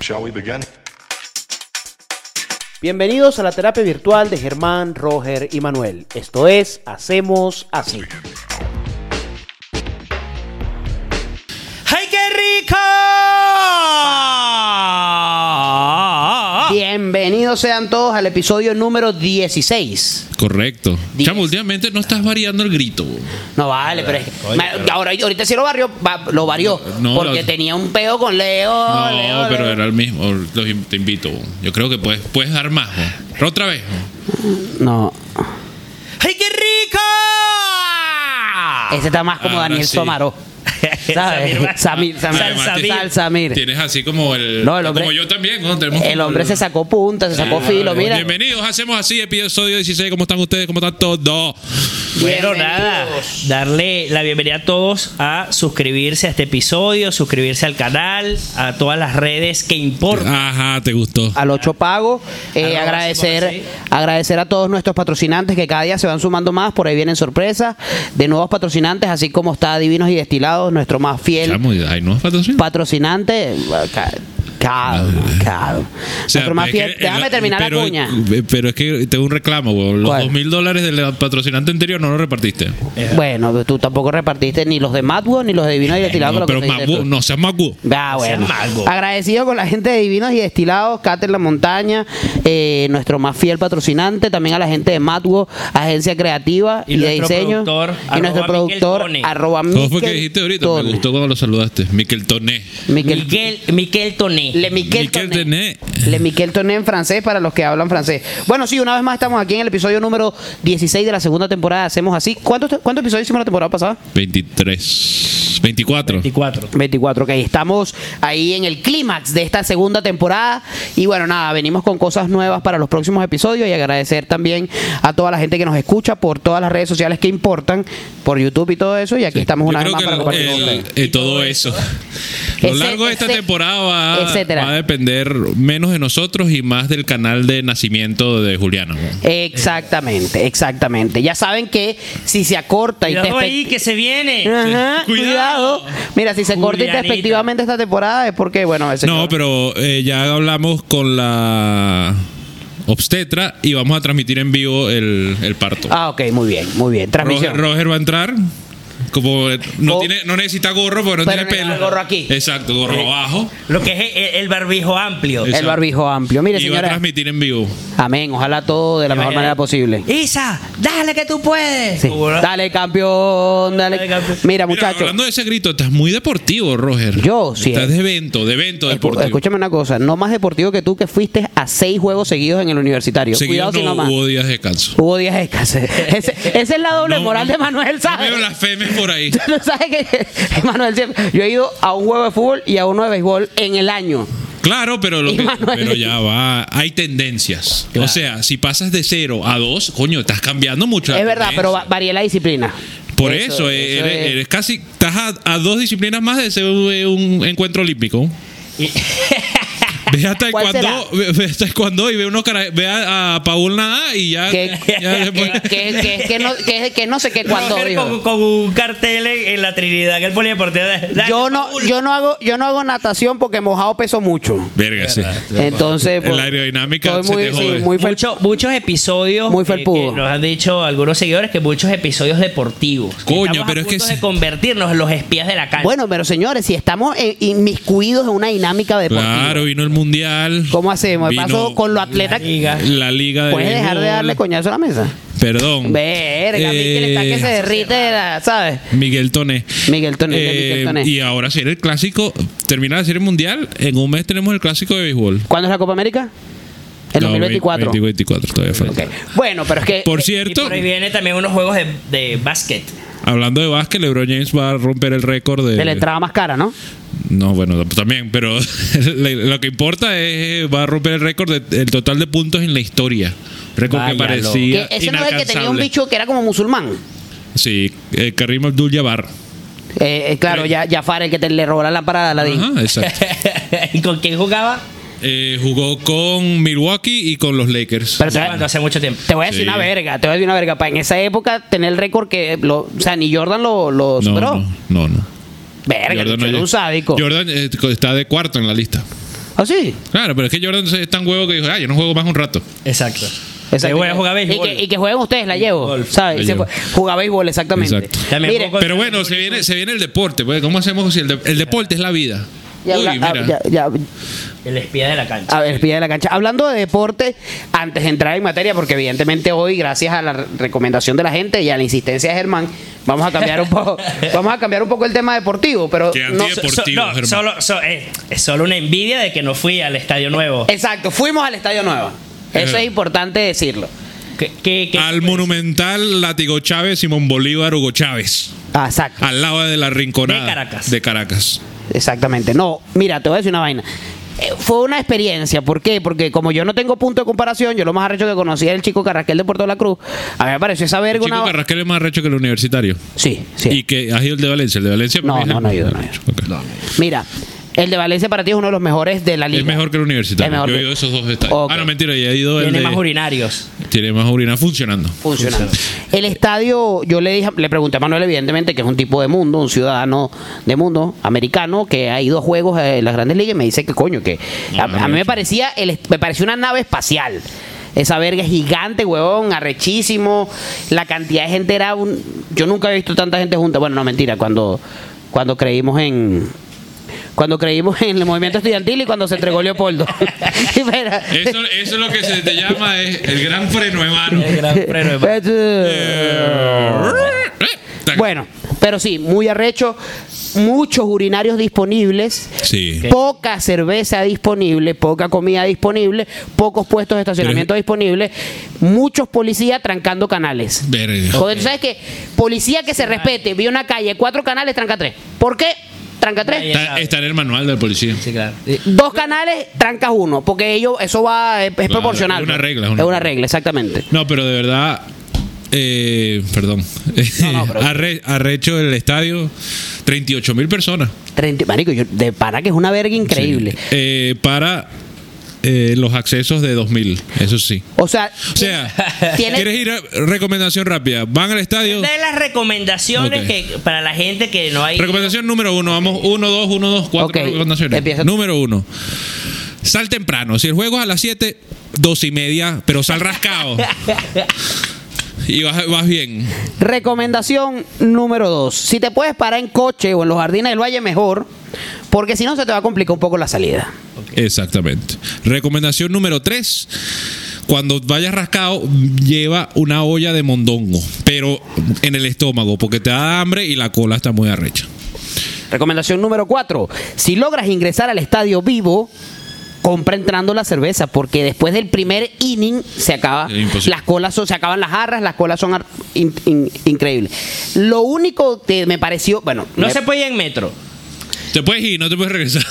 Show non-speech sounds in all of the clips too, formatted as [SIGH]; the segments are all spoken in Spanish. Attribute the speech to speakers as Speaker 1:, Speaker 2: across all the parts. Speaker 1: Shall we begin?
Speaker 2: Bienvenidos a la terapia virtual de Germán, Roger y Manuel. Esto es Hacemos Así.
Speaker 3: ¡Ay, qué rico!
Speaker 2: Bienvenidos sean todos al episodio número 16.
Speaker 4: Correcto.
Speaker 2: Diez.
Speaker 4: Chamo, últimamente no estás variando el grito. bo.
Speaker 2: No vale, pero es que- ma- ahora ahorita sí lo varió, va- lo varió
Speaker 4: No,
Speaker 2: porque
Speaker 4: la-
Speaker 2: tenía un peo con Leo.
Speaker 4: No,
Speaker 2: Leo,
Speaker 4: pero
Speaker 2: Leo.
Speaker 4: era el mismo. Los in- te invito. bo. Yo creo que puedes, puedes dar más. bo. Otra vez. bo.
Speaker 2: No,
Speaker 3: ¡Ay, qué rico!
Speaker 2: ese Este está más como
Speaker 4: Ahora
Speaker 2: Daniel
Speaker 4: Ah, sí. [LAUGHS]
Speaker 2: Somaro.
Speaker 3: Samir-
Speaker 2: ¿Sabes? Samir, Samir,
Speaker 4: Además,
Speaker 2: Samir.
Speaker 4: tienes-
Speaker 2: Salsamir.
Speaker 4: Tienes así como el.
Speaker 2: No, el hombre-
Speaker 4: como yo también. ¿no? Tenemos
Speaker 2: El
Speaker 4: como
Speaker 2: hombre
Speaker 4: el- Ah,
Speaker 2: se sacó punta, se sacó filo, mira.
Speaker 4: Bienvenidos, hacemos así, episodio 16. ¿Cómo están ustedes? ¿Cómo están todos?
Speaker 3: Bueno, nada,
Speaker 2: Bienvenidos.
Speaker 3: darle la bienvenida a todos a suscribirse a este episodio, suscribirse al canal, a todas las redes que
Speaker 2: Ah,
Speaker 3: importan.
Speaker 4: Ajá, te gustó.
Speaker 2: al 8 pago. Eh,
Speaker 3: Arroba
Speaker 2: agradecer,
Speaker 3: Simón
Speaker 2: agradecer a todos nuestros patrocinantes que cada día se van sumando más, por ahí vienen sorpresas de nuevos patrocinantes, así como está Divinos y Destilados, nuestro más fiel
Speaker 4: Chamo, ay, no es patrocinio.
Speaker 2: patrocinante. Ca- Calma, calma.
Speaker 4: O sea,
Speaker 2: Nuestro más
Speaker 4: es que
Speaker 2: fiel.
Speaker 4: el-
Speaker 2: Déjame terminar
Speaker 4: pero-
Speaker 2: la cuña.
Speaker 4: Pero es que tengo un reclamo, bo. Los
Speaker 2: ¿Cuál?
Speaker 4: dos mil dólares del patrocinante anterior no lo repartiste.
Speaker 2: Bueno, pero tú tampoco repartiste ni los de Madwo ni los de Divinos y Destilados.
Speaker 4: Eh, No,
Speaker 2: que lo
Speaker 4: pero
Speaker 2: conseguiste
Speaker 4: Magu-
Speaker 2: tú.
Speaker 4: no seas Magu.
Speaker 2: Ah,
Speaker 3: No seas
Speaker 2: bueno.
Speaker 3: mago.
Speaker 2: Agradecido con la gente de Divinos y Destilados, Cáter La Montaña, eh, nuestro más fiel patrocinante, también a la gente de Matwo, agencia creativa
Speaker 3: Y
Speaker 2: y, de
Speaker 3: nuestro
Speaker 2: diseño.
Speaker 3: productor,
Speaker 2: y nuestro
Speaker 3: arroba
Speaker 2: productor,
Speaker 3: Miquel Tone.
Speaker 2: arroba
Speaker 4: ¿Cómo fue
Speaker 2: Miquel
Speaker 4: que dijiste ahorita?
Speaker 2: Tone.
Speaker 4: Me gustó cuando lo saludaste. Miquel Toné.
Speaker 2: Miquel-
Speaker 3: Miguel, Miquel Toné.
Speaker 2: Le Miquel,
Speaker 4: Miquel
Speaker 2: Toné.
Speaker 4: Toné.
Speaker 2: Le Miquel Toné en francés para los que hablan francés. Bueno, sí, una vez más estamos aquí en el episodio número 16 de la segunda temporada. de Hacemos así. ¿Cuántos, cuántos episodios hicimos la temporada pasada?
Speaker 4: 23. 24.
Speaker 3: 24.
Speaker 2: 24, que estamos ahí en el clímax de esta segunda temporada. Y bueno, nada, venimos con cosas nuevas para los próximos episodios y agradecer también a toda la gente que nos escucha por todas las redes sociales que importan, por YouTube y todo eso. Y aquí estamos una
Speaker 4: Yo
Speaker 2: vez más para
Speaker 4: creo que
Speaker 2: compartir
Speaker 4: el-
Speaker 2: con
Speaker 4: el-
Speaker 2: ustedes.
Speaker 4: eh,
Speaker 2: [LAUGHS]
Speaker 4: todo eso. Lo
Speaker 2: Ese-
Speaker 4: largo de esta
Speaker 2: ese-
Speaker 4: temporada va,
Speaker 2: etcétera.
Speaker 4: va a depender menos de nosotros y más del canal de nacimiento de Juliana.
Speaker 2: Exactamente, exactamente. Ya saben que si se acorta y
Speaker 3: Cuidado
Speaker 2: te
Speaker 3: ahí que se viene.
Speaker 2: Ajá, cuidado.
Speaker 4: Cuidado.
Speaker 2: Mira, si se corta
Speaker 3: Julianita.
Speaker 2: efectivamente esta temporada es porque, bueno, el
Speaker 4: No,
Speaker 2: señor-
Speaker 4: pero eh, ya hablamos con la obstetra y vamos a transmitir en vivo el, el parto.
Speaker 2: Ah, ok, muy bien, muy bien. Transmisión.
Speaker 4: Roger, Roger va a entrar. Como eh, no,
Speaker 2: Oh.
Speaker 4: tiene, no necesita gorro
Speaker 2: Pero
Speaker 4: porque no
Speaker 2: le
Speaker 4: tiene
Speaker 2: da
Speaker 4: pelo.
Speaker 2: el gorro aquí.
Speaker 4: Exacto, gorro bajo.
Speaker 3: Lo que es el, el barbijo amplio.
Speaker 2: el
Speaker 4: Exacto.
Speaker 2: barbijo amplio. Mire,
Speaker 4: y va a
Speaker 2: señora.
Speaker 4: transmitir en vivo.
Speaker 2: Amén. Ojalá todo de la mejor manera posible.
Speaker 3: Isa, dale que tú puedes.
Speaker 2: Sí.
Speaker 3: Seguro.
Speaker 2: Dale, campeón, dale.
Speaker 3: Dale, campeón.
Speaker 2: Mira,
Speaker 4: Mira,
Speaker 2: muchachos.
Speaker 4: hablando de ese grito, estás muy deportivo, Roger.
Speaker 2: Yo, sí.
Speaker 4: Estás de evento, de evento deportivo.
Speaker 2: Escúchame una cosa, no más deportivo que tú que fuiste a seis juegos seguidos en el universitario.
Speaker 4: Seguido
Speaker 2: Cuidado si no
Speaker 4: no
Speaker 2: más.
Speaker 4: hubo días de descanso.
Speaker 2: Hubo días de
Speaker 4: [LAUGHS]
Speaker 2: escasez. Ese- esa es la doble
Speaker 4: No,
Speaker 2: moral
Speaker 4: no-
Speaker 2: de Manuel, ¿sabes?
Speaker 4: No veo las femes por
Speaker 2: [LAUGHS]
Speaker 4: ahí.
Speaker 2: Tú sabes que [LAUGHS] Manuel siempre- yo he ido a un juego de fútbol y a uno de béisbol en el año.
Speaker 4: Claro, pero, lo
Speaker 2: Y
Speaker 4: que-
Speaker 2: Manuel-
Speaker 4: pero ya va. Hay tendencias.
Speaker 3: Claro.
Speaker 4: O sea, si pasas de 0 a 2, coño, estás cambiando mucho. la
Speaker 2: es verdad, pero va-
Speaker 4: tendencia.
Speaker 2: varía la disciplina.
Speaker 4: Por eso, eh,
Speaker 2: eso
Speaker 4: eres,
Speaker 2: es-
Speaker 4: eres casi. Estás a, a dos disciplinas más de ser eh, un encuentro olímpico. [LAUGHS] Ve hasta el
Speaker 2: ¿Cuál
Speaker 4: cuando, ve, ve hasta el cuando y ve, unos cara- ve a, a Paul nada y ya.
Speaker 2: que, [LAUGHS]
Speaker 4: ya después-
Speaker 2: que- que- que- que no, que- que no sé
Speaker 4: [LAUGHS]
Speaker 2: qué cuándo
Speaker 3: Roger
Speaker 2: dijo.
Speaker 3: con, con un cartel en, en la Trinidad que él ponía por
Speaker 2: Yo no, yo no hago, yo no hago natación porque mojado peso mucho.
Speaker 4: Verga, sí.
Speaker 2: Entonces, pues,
Speaker 4: La aerodinámica
Speaker 2: estoy
Speaker 4: se
Speaker 2: muy,
Speaker 4: te jode.
Speaker 2: muy fel-
Speaker 3: Mucho- muchos episodios
Speaker 2: Muy
Speaker 3: eh,
Speaker 2: felpudo.
Speaker 3: que nos han dicho algunos seguidores que muchos episodios deportivos
Speaker 4: Coño,
Speaker 3: Estamos a
Speaker 4: pero es que
Speaker 3: punto
Speaker 4: se-
Speaker 3: de convertirnos en los espías de la calle
Speaker 2: Bueno, pero señores, si estamos eh, inmiscuidos en una dinámica deportiva,
Speaker 4: Claro, vino el mundial.
Speaker 2: ¿cómo hacemos? ¿Qué
Speaker 4: Vino
Speaker 2: pasó con lo atleta?
Speaker 3: Liga.
Speaker 4: La liga de.
Speaker 2: ¿Puedes dejar de
Speaker 4: béisbol.
Speaker 2: darle coñazo a la mesa?
Speaker 4: Perdón.
Speaker 2: Verga, Miguel está que se
Speaker 4: Mm. Eh,
Speaker 2: derrite, de la- ¿sabes?
Speaker 4: Miguel Toné. Eh,
Speaker 2: Miguel Toné, de Miguel Toné.
Speaker 4: Y ahora si era el clásico. Termina la serie mundial. En un mes tenemos el clásico de béisbol.
Speaker 2: ¿Cuándo es la Copa América? El
Speaker 4: No,
Speaker 2: 2024.
Speaker 4: 2024, todavía falta.
Speaker 2: Ok. Bueno, pero es que
Speaker 4: Por
Speaker 3: y
Speaker 4: cierto,
Speaker 3: por ahí viene también unos juegos de, de básquet [LAUGHS]
Speaker 4: hablando de básquet, LeBron James va a romper el récord de.
Speaker 2: de la entrada más cara, ¿no?
Speaker 4: No, bueno, también, pero [LAUGHS] le- lo que importa es eh, va a romper el récord del total de puntos en la historia. Récord que
Speaker 3: Vaya,
Speaker 4: parecía
Speaker 2: Que ese no es el que tenía un
Speaker 4: inalcanzable.
Speaker 2: bicho que era como musulmán.
Speaker 4: Sí, eh, Karim Abdul-Jabbar.
Speaker 2: Eh, eh, claro, ya, Jafar, el que te, le robó la lámpara a Aladín. [LAUGHS]
Speaker 4: Ajá, exacto.
Speaker 3: y con quién jugaba
Speaker 4: Eh, jugó con Milwaukee y con los Lakers.
Speaker 2: Pero te,
Speaker 3: cuando hace mucho tiempo
Speaker 2: te voy a decir
Speaker 4: Sí.
Speaker 2: una verga, te voy a decir una verga. Pa, en esa época, tener el récord que. Lo, o sea, ni Jordan lo, lo
Speaker 4: no,
Speaker 2: superó.
Speaker 4: no, no, no.
Speaker 2: Verga, el bicho
Speaker 4: Jordan no
Speaker 2: era
Speaker 4: llegó.
Speaker 2: un sádico.
Speaker 4: Jordan eh, está de cuarto en la lista.
Speaker 2: ¿Ah, sí?
Speaker 4: Claro, pero es que Jordan es tan huevo que dijo, ah, yo no juego más un rato.
Speaker 3: Exacto.
Speaker 2: Exacto.
Speaker 3: Yo voy a jugar
Speaker 2: Y
Speaker 3: béisbol.
Speaker 2: que, y que jueguen ustedes, la llevo.
Speaker 3: Golf.
Speaker 2: ¿sabes?
Speaker 4: La
Speaker 2: Se
Speaker 4: llevo.
Speaker 2: fue- Juega béisbol, exactamente.
Speaker 4: Exacto.
Speaker 3: También
Speaker 2: Mire,
Speaker 3: poco-
Speaker 4: Pero bueno, se viene, se viene el deporte. Pues. ¿Cómo hacemos si el, de- el deporte es la vida?
Speaker 2: ya
Speaker 4: Uy,
Speaker 2: habla- ah,
Speaker 4: mira.
Speaker 2: ya- ya-
Speaker 3: El espía de la cancha.
Speaker 2: A ver, pilla de la cancha. Hablando de deporte, antes de entrar en materia, porque evidentemente hoy, gracias a la re- recomendación de la gente y a la insistencia de Germán, vamos a cambiar un
Speaker 3: [LAUGHS]
Speaker 2: poco, vamos a cambiar un poco el tema deportivo, pero
Speaker 4: Qué
Speaker 2: no-
Speaker 4: antideportivo.
Speaker 3: So-
Speaker 4: Deportivo,
Speaker 3: no,
Speaker 4: Germán.
Speaker 3: solo, so- eh, es solo una envidia de que no fui al Estadio Nuevo.
Speaker 2: exacto, fuimos al Estadio Nueva. Eso
Speaker 4: Ajá.
Speaker 2: es importante decirlo.
Speaker 3: Que- que- que-
Speaker 4: Al monumental Látigo Chávez, Simón Bolívar, Hugo Chávez.
Speaker 2: Ah, Exacto,
Speaker 4: Al lado de la rinconada.
Speaker 3: De Caracas.
Speaker 4: De Caracas.
Speaker 2: exactamente. No, mira, te voy a decir una vaina. Eh, Fue una experiencia, ¿por qué? Porque como yo no tengo punto de comparación, yo lo más arrecho que conocí era el chico Carrasquel de Puerto de la Cruz. A mí me pareció esa verga
Speaker 4: Chico
Speaker 2: una-
Speaker 4: Carrasquel es más recho que el universitario.
Speaker 2: Sí, sí.
Speaker 4: Y que has ido el de Valencia. El de Valencia.
Speaker 2: No,
Speaker 4: para mí es
Speaker 2: no,
Speaker 4: el-
Speaker 2: no he ido, no he ido.
Speaker 4: Ok.
Speaker 2: Mira, el de Valencia para ti es uno de los mejores de la liga.
Speaker 4: Es mejor que el
Speaker 2: Es
Speaker 4: universitario.
Speaker 2: mejor
Speaker 4: Yo he
Speaker 2: que-
Speaker 4: ido a esos dos estadios.
Speaker 2: Ok.
Speaker 4: Ah, no, mentira. Ya he ido el
Speaker 3: tiene
Speaker 4: de-
Speaker 3: más urinarios.
Speaker 2: [LAUGHS]
Speaker 4: Tiene más urina funcionando.
Speaker 2: Funcionando. El estadio, yo le dije, le pregunté a Manuel, evidentemente, que es un tipo de mundo, un ciudadano de mundo americano que ha ido a juegos eh, en las grandes ligas y me dice que coño, que a,
Speaker 4: Ah,
Speaker 2: a mí me parecía, el est- me pareció una nave espacial. Esa verga es gigante, huevón, arrechísimo. La cantidad de gente era un. Yo nunca había visto tanta gente junta. Bueno, no, mentira, cuando, cuando creímos en. Cuando creímos en el movimiento estudiantil y cuando se entregó Leopoldo. [LAUGHS] Espera.
Speaker 4: Eso, eso es lo que se te llama es el gran freno, hermano.
Speaker 3: El gran freno de mano.
Speaker 4: Eh,
Speaker 2: Bueno, pero sí, muy arrecho, muchos urinarios disponibles,
Speaker 4: Sí.
Speaker 2: poca cerveza disponible, poca comida disponible, pocos puestos de estacionamiento
Speaker 4: Pero-
Speaker 2: disponibles, muchos policías trancando canales.
Speaker 4: Verga.
Speaker 2: Joder, ¿tú ¿sabes qué? Policía que se respete, vi una calle, cuatro canales, tranca tres. ¿Por qué? Tranca tres.
Speaker 4: Está, está en el manual del policía.
Speaker 3: Sí, claro. Y-
Speaker 2: Dos canales, trancas uno, porque ellos, eso va, es, es proporcional.
Speaker 4: es una regla,
Speaker 2: Es
Speaker 4: es
Speaker 2: una,
Speaker 4: una
Speaker 2: regla, exactamente.
Speaker 4: No, pero de verdad. eh, perdón.
Speaker 2: no, pero-
Speaker 4: Arre- arrecho el estadio. 38 mil personas.
Speaker 2: Treinta- marico, yo- de para que es una verga increíble.
Speaker 4: Eh, para eh, los accesos de 2000. Eso sí.
Speaker 2: O sea,
Speaker 4: O sea,
Speaker 2: [LAUGHS] tiene-
Speaker 4: ¿quieres ir a recomendación rápida? Van al estadio.
Speaker 3: Una de las recomendaciones
Speaker 4: Ok.
Speaker 3: que para la gente que no hay.
Speaker 4: Recomendación número uno, vamos, uno, dos, uno, dos, cuatro
Speaker 2: Ok,
Speaker 4: recomendaciones.
Speaker 2: empieza.
Speaker 4: Número uno. Sal temprano. Si el juego es a las 7, dos y media, pero
Speaker 2: [LAUGHS]
Speaker 4: sal rascado. y vas, vas bien.
Speaker 2: Recomendación número dos. Si te puedes parar en coche o en los jardines del valle, mejor, porque si no se te va a complicar un poco la salida.
Speaker 4: Exactamente. Recomendación número tres. Cuando vayas rascado, lleva una olla de mondongo, pero en el estómago, porque te da hambre y la cola está muy arrecha.
Speaker 2: Recomendación número cuatro. Si logras ingresar al estadio vivo, compra entrando la cerveza, porque después del primer inning se acaba.
Speaker 4: Es imposible.
Speaker 2: Las colas son- se acaban las jarras, las colas son ar- in- in- increíbles. Lo único que me pareció, bueno,
Speaker 3: No
Speaker 2: me-
Speaker 3: se puede ir en metro.
Speaker 4: Te puedes ir, no te puedes regresar.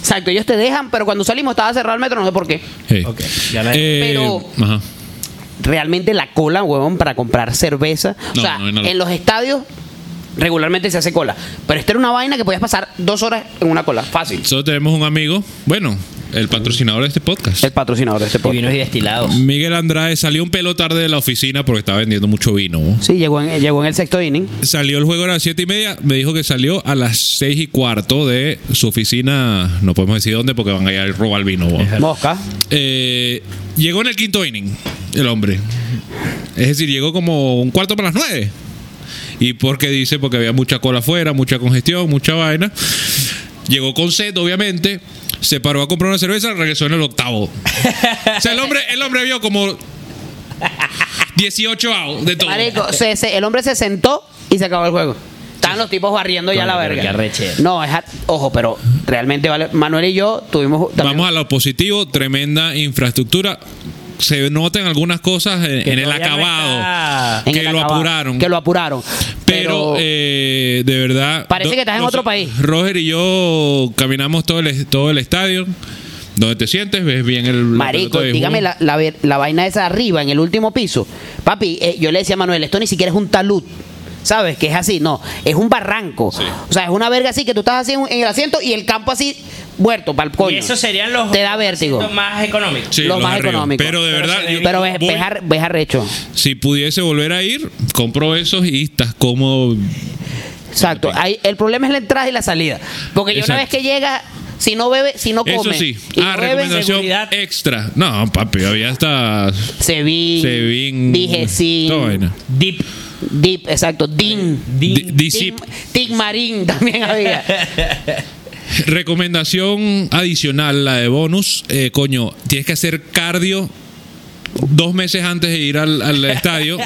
Speaker 2: exacto, ellos te dejan, pero cuando salimos estaba cerrado el metro, no sé por qué.
Speaker 4: [LAUGHS] Hey.
Speaker 3: Ok, ya la-
Speaker 4: Eh,
Speaker 2: Pero-
Speaker 4: ajá.
Speaker 2: realmente la cola, huevón, para comprar cerveza. o
Speaker 4: No,
Speaker 2: sea,
Speaker 4: no, no.
Speaker 2: en los estadios regularmente se hace cola. Pero esta era una vaina que podías pasar dos horas en una cola. Fácil.
Speaker 4: Solo tenemos un amigo, bueno, el patrocinador de este podcast.
Speaker 2: El patrocinador de este
Speaker 3: Y
Speaker 2: podcast.
Speaker 3: vinos y destilados.
Speaker 4: Miguel Andrade salió un pelo tarde de la oficina porque estaba vendiendo mucho vino. ¿no?
Speaker 2: Sí, llegó en, llegó en el sexto inning.
Speaker 4: Salió el juego a las 7 y media, me dijo que salió a las 6 y cuarto de su oficina, no podemos decir dónde porque van a ir a robar vino. ¿no?
Speaker 2: Mosca.
Speaker 4: Eh, llegó en el quinto inning, el hombre. Es decir, llegó como un cuarto para las 9. ¿Y porque dice? Porque había mucha cola afuera, mucha congestión, mucha vaina. Llegó con sed, obviamente. Se paró a comprar una cerveza, regresó en el octavo. o sea, el hombre, el hombre vio como 18 outs de todo.
Speaker 2: Marico, se- se- el hombre se sentó y se acabó el juego. Estaban los tipos barriendo ya
Speaker 3: Coño,
Speaker 2: la
Speaker 3: pero qué
Speaker 2: verga.
Speaker 3: arrechera.
Speaker 2: No, es a- ojo, pero realmente vale. Manuel y yo tuvimos también-
Speaker 4: Vamos a lo positivo, tremenda infraestructura. Se notan algunas cosas en, en el
Speaker 3: todavía no
Speaker 4: acabado.
Speaker 3: está-
Speaker 2: en
Speaker 4: que
Speaker 2: el
Speaker 4: lo
Speaker 2: acabado,
Speaker 4: apuraron.
Speaker 2: Que lo apuraron.
Speaker 4: Pero, eh, de verdad.
Speaker 2: Parece
Speaker 4: do-
Speaker 2: que estás en
Speaker 4: nos-
Speaker 2: otro país.
Speaker 4: Roger y yo caminamos todo el, todo el estadio. Donde te sientes, ves bien el. la pelota
Speaker 2: Marico,
Speaker 4: de béisbol.
Speaker 2: dígame la, la, ver- la vaina esa arriba, en el último piso. Papi, eh, yo le decía a Manuel, esto ni siquiera es un talud. ¿Sabes? Que es así, no, es un barranco. O sea, es una verga así que tú estás así en en el asiento y el campo así muerto para el coño.
Speaker 3: Y esos serían los
Speaker 2: Te da vértigo.
Speaker 3: los más económicos.
Speaker 4: Sí,
Speaker 2: lo más
Speaker 4: arriba.
Speaker 2: económico.
Speaker 4: Pero de
Speaker 3: Pero
Speaker 4: verdad.
Speaker 3: se
Speaker 4: yo
Speaker 3: ve-
Speaker 2: Pero ves,
Speaker 4: voy-
Speaker 2: ves ar- ves arrecho.
Speaker 4: si pudiese volver a ir, compro esos y estás cómodo.
Speaker 2: Exacto. Ahí, el problema es la entrada y la salida. Porque yo una
Speaker 4: Exacto.
Speaker 2: vez que llega, Si no bebe, si no come.
Speaker 4: Eso sí.
Speaker 2: y
Speaker 4: Ah,
Speaker 2: no bebe,
Speaker 4: recomendación
Speaker 3: seguridad.
Speaker 4: extra. No, papi, había hasta.
Speaker 2: Sevin,
Speaker 4: Sevin.
Speaker 2: dije sí,
Speaker 4: Toda vaina.
Speaker 3: Deep.
Speaker 2: Dip, exacto, Din,
Speaker 3: Deep.
Speaker 4: Di- Disip.
Speaker 2: Tic Marín también había.
Speaker 4: Recomendación adicional, la de bonus. Eh, coño, tienes que hacer cardio dos meses antes de ir al, al estadio.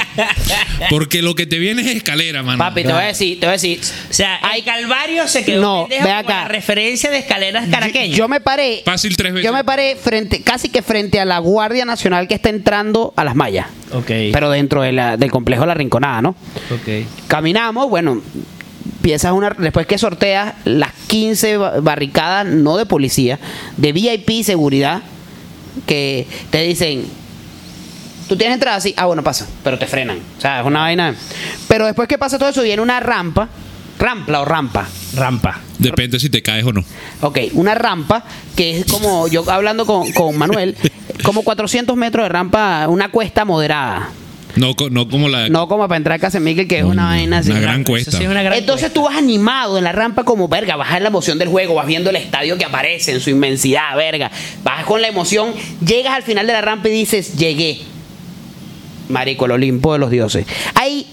Speaker 4: Porque lo que te viene es escalera, mano.
Speaker 2: Papi, te voy a decir, te voy a decir.
Speaker 3: o sea,
Speaker 2: Ay,
Speaker 3: el Calvario se quedó
Speaker 2: No,
Speaker 3: pendejo
Speaker 2: ve
Speaker 3: con
Speaker 2: acá.
Speaker 3: la referencia de escaleras caraqueñas.
Speaker 2: Yo me paré.
Speaker 4: Fácil tres veces.
Speaker 2: Yo me paré frente, casi que frente a la Guardia Nacional que está entrando a las mallas.
Speaker 3: ok.
Speaker 2: Pero dentro de la- del complejo La Rinconada, ¿no?
Speaker 3: ok.
Speaker 2: Caminamos, bueno, piensas una. Después que sorteas las 15 ba- barricadas, no de policía, de VIP seguridad, que te dicen. Tú tienes entrada así, ah, bueno, pasa, pero te frenan. O sea, es una vaina. Pero después que pasa todo eso, viene una rampa, rampla o rampa,
Speaker 3: Rampa.
Speaker 4: Depende si te caes o no.
Speaker 2: Ok, una rampa que es como, yo hablando con, con Manuel, como 400 metros de rampa, una cuesta moderada.
Speaker 4: No, co- no como la.
Speaker 2: No como para entrar a Casemigel, que es una vaina así.
Speaker 4: Una gran cuesta.
Speaker 3: Eso sí es una gran
Speaker 2: Entonces tú vas animado en la rampa como verga, vas en la emoción del juego, vas viendo el estadio que aparece en su inmensidad, verga. Vas con la emoción, llegas al final de la rampa y dices, llegué. Marico, el Olimpo de los dioses. Hay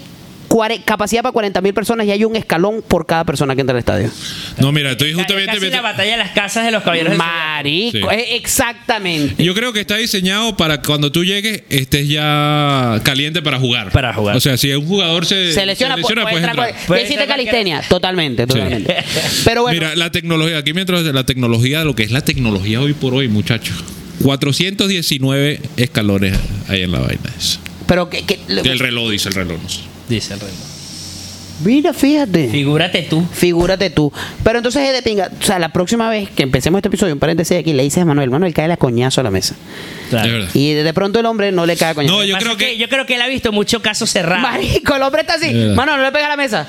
Speaker 2: cuare- capacidad para 40 mil personas y hay un escalón por cada persona que entra al estadio.
Speaker 4: No, mira, estoy
Speaker 3: Ca-
Speaker 4: justamente.
Speaker 3: casi la batalla de las casas de los caballeros del
Speaker 2: Marico,
Speaker 4: Sí.
Speaker 2: eh, exactamente.
Speaker 4: Yo creo que está diseñado para que cuando tú llegues estés ya caliente para jugar.
Speaker 3: Para jugar.
Speaker 4: O sea, si un jugador se,
Speaker 2: se lesiona,
Speaker 4: se
Speaker 2: puede, puede
Speaker 4: puedes
Speaker 2: entrar
Speaker 4: entrar.
Speaker 2: cual-
Speaker 3: Puede
Speaker 2: ¿Ya hiciste
Speaker 3: entrar cualquiera.
Speaker 2: calistenia? Totalmente, totalmente. Pero bueno,
Speaker 4: Mira, la tecnología, aquí mientras la tecnología, lo que es la tecnología hoy por hoy, muchachos. 419 escalones hay en la vaina. esa.
Speaker 2: pero que, que- lo-
Speaker 4: Que El reloj dice el reloj. no sé.
Speaker 3: Dice el reloj.
Speaker 2: mira, fíjate.
Speaker 3: Figúrate tú.
Speaker 2: Figúrate tú. Pero entonces es de pinga. O sea, la próxima vez que empecemos este episodio, un paréntesis aquí, le dices a Manuel, Manuel cae la coñazo a la mesa.
Speaker 4: Es verdad.
Speaker 2: Y de pronto el hombre no le cae a coñazo.
Speaker 4: No, yo
Speaker 3: Pasa
Speaker 4: creo que-
Speaker 3: yo creo que él ha visto mucho caso
Speaker 2: [LAUGHS]
Speaker 3: cerrado.
Speaker 2: Marico, el hombre está así.
Speaker 4: Es verdad.
Speaker 2: Manuel, no le pega a la mesa.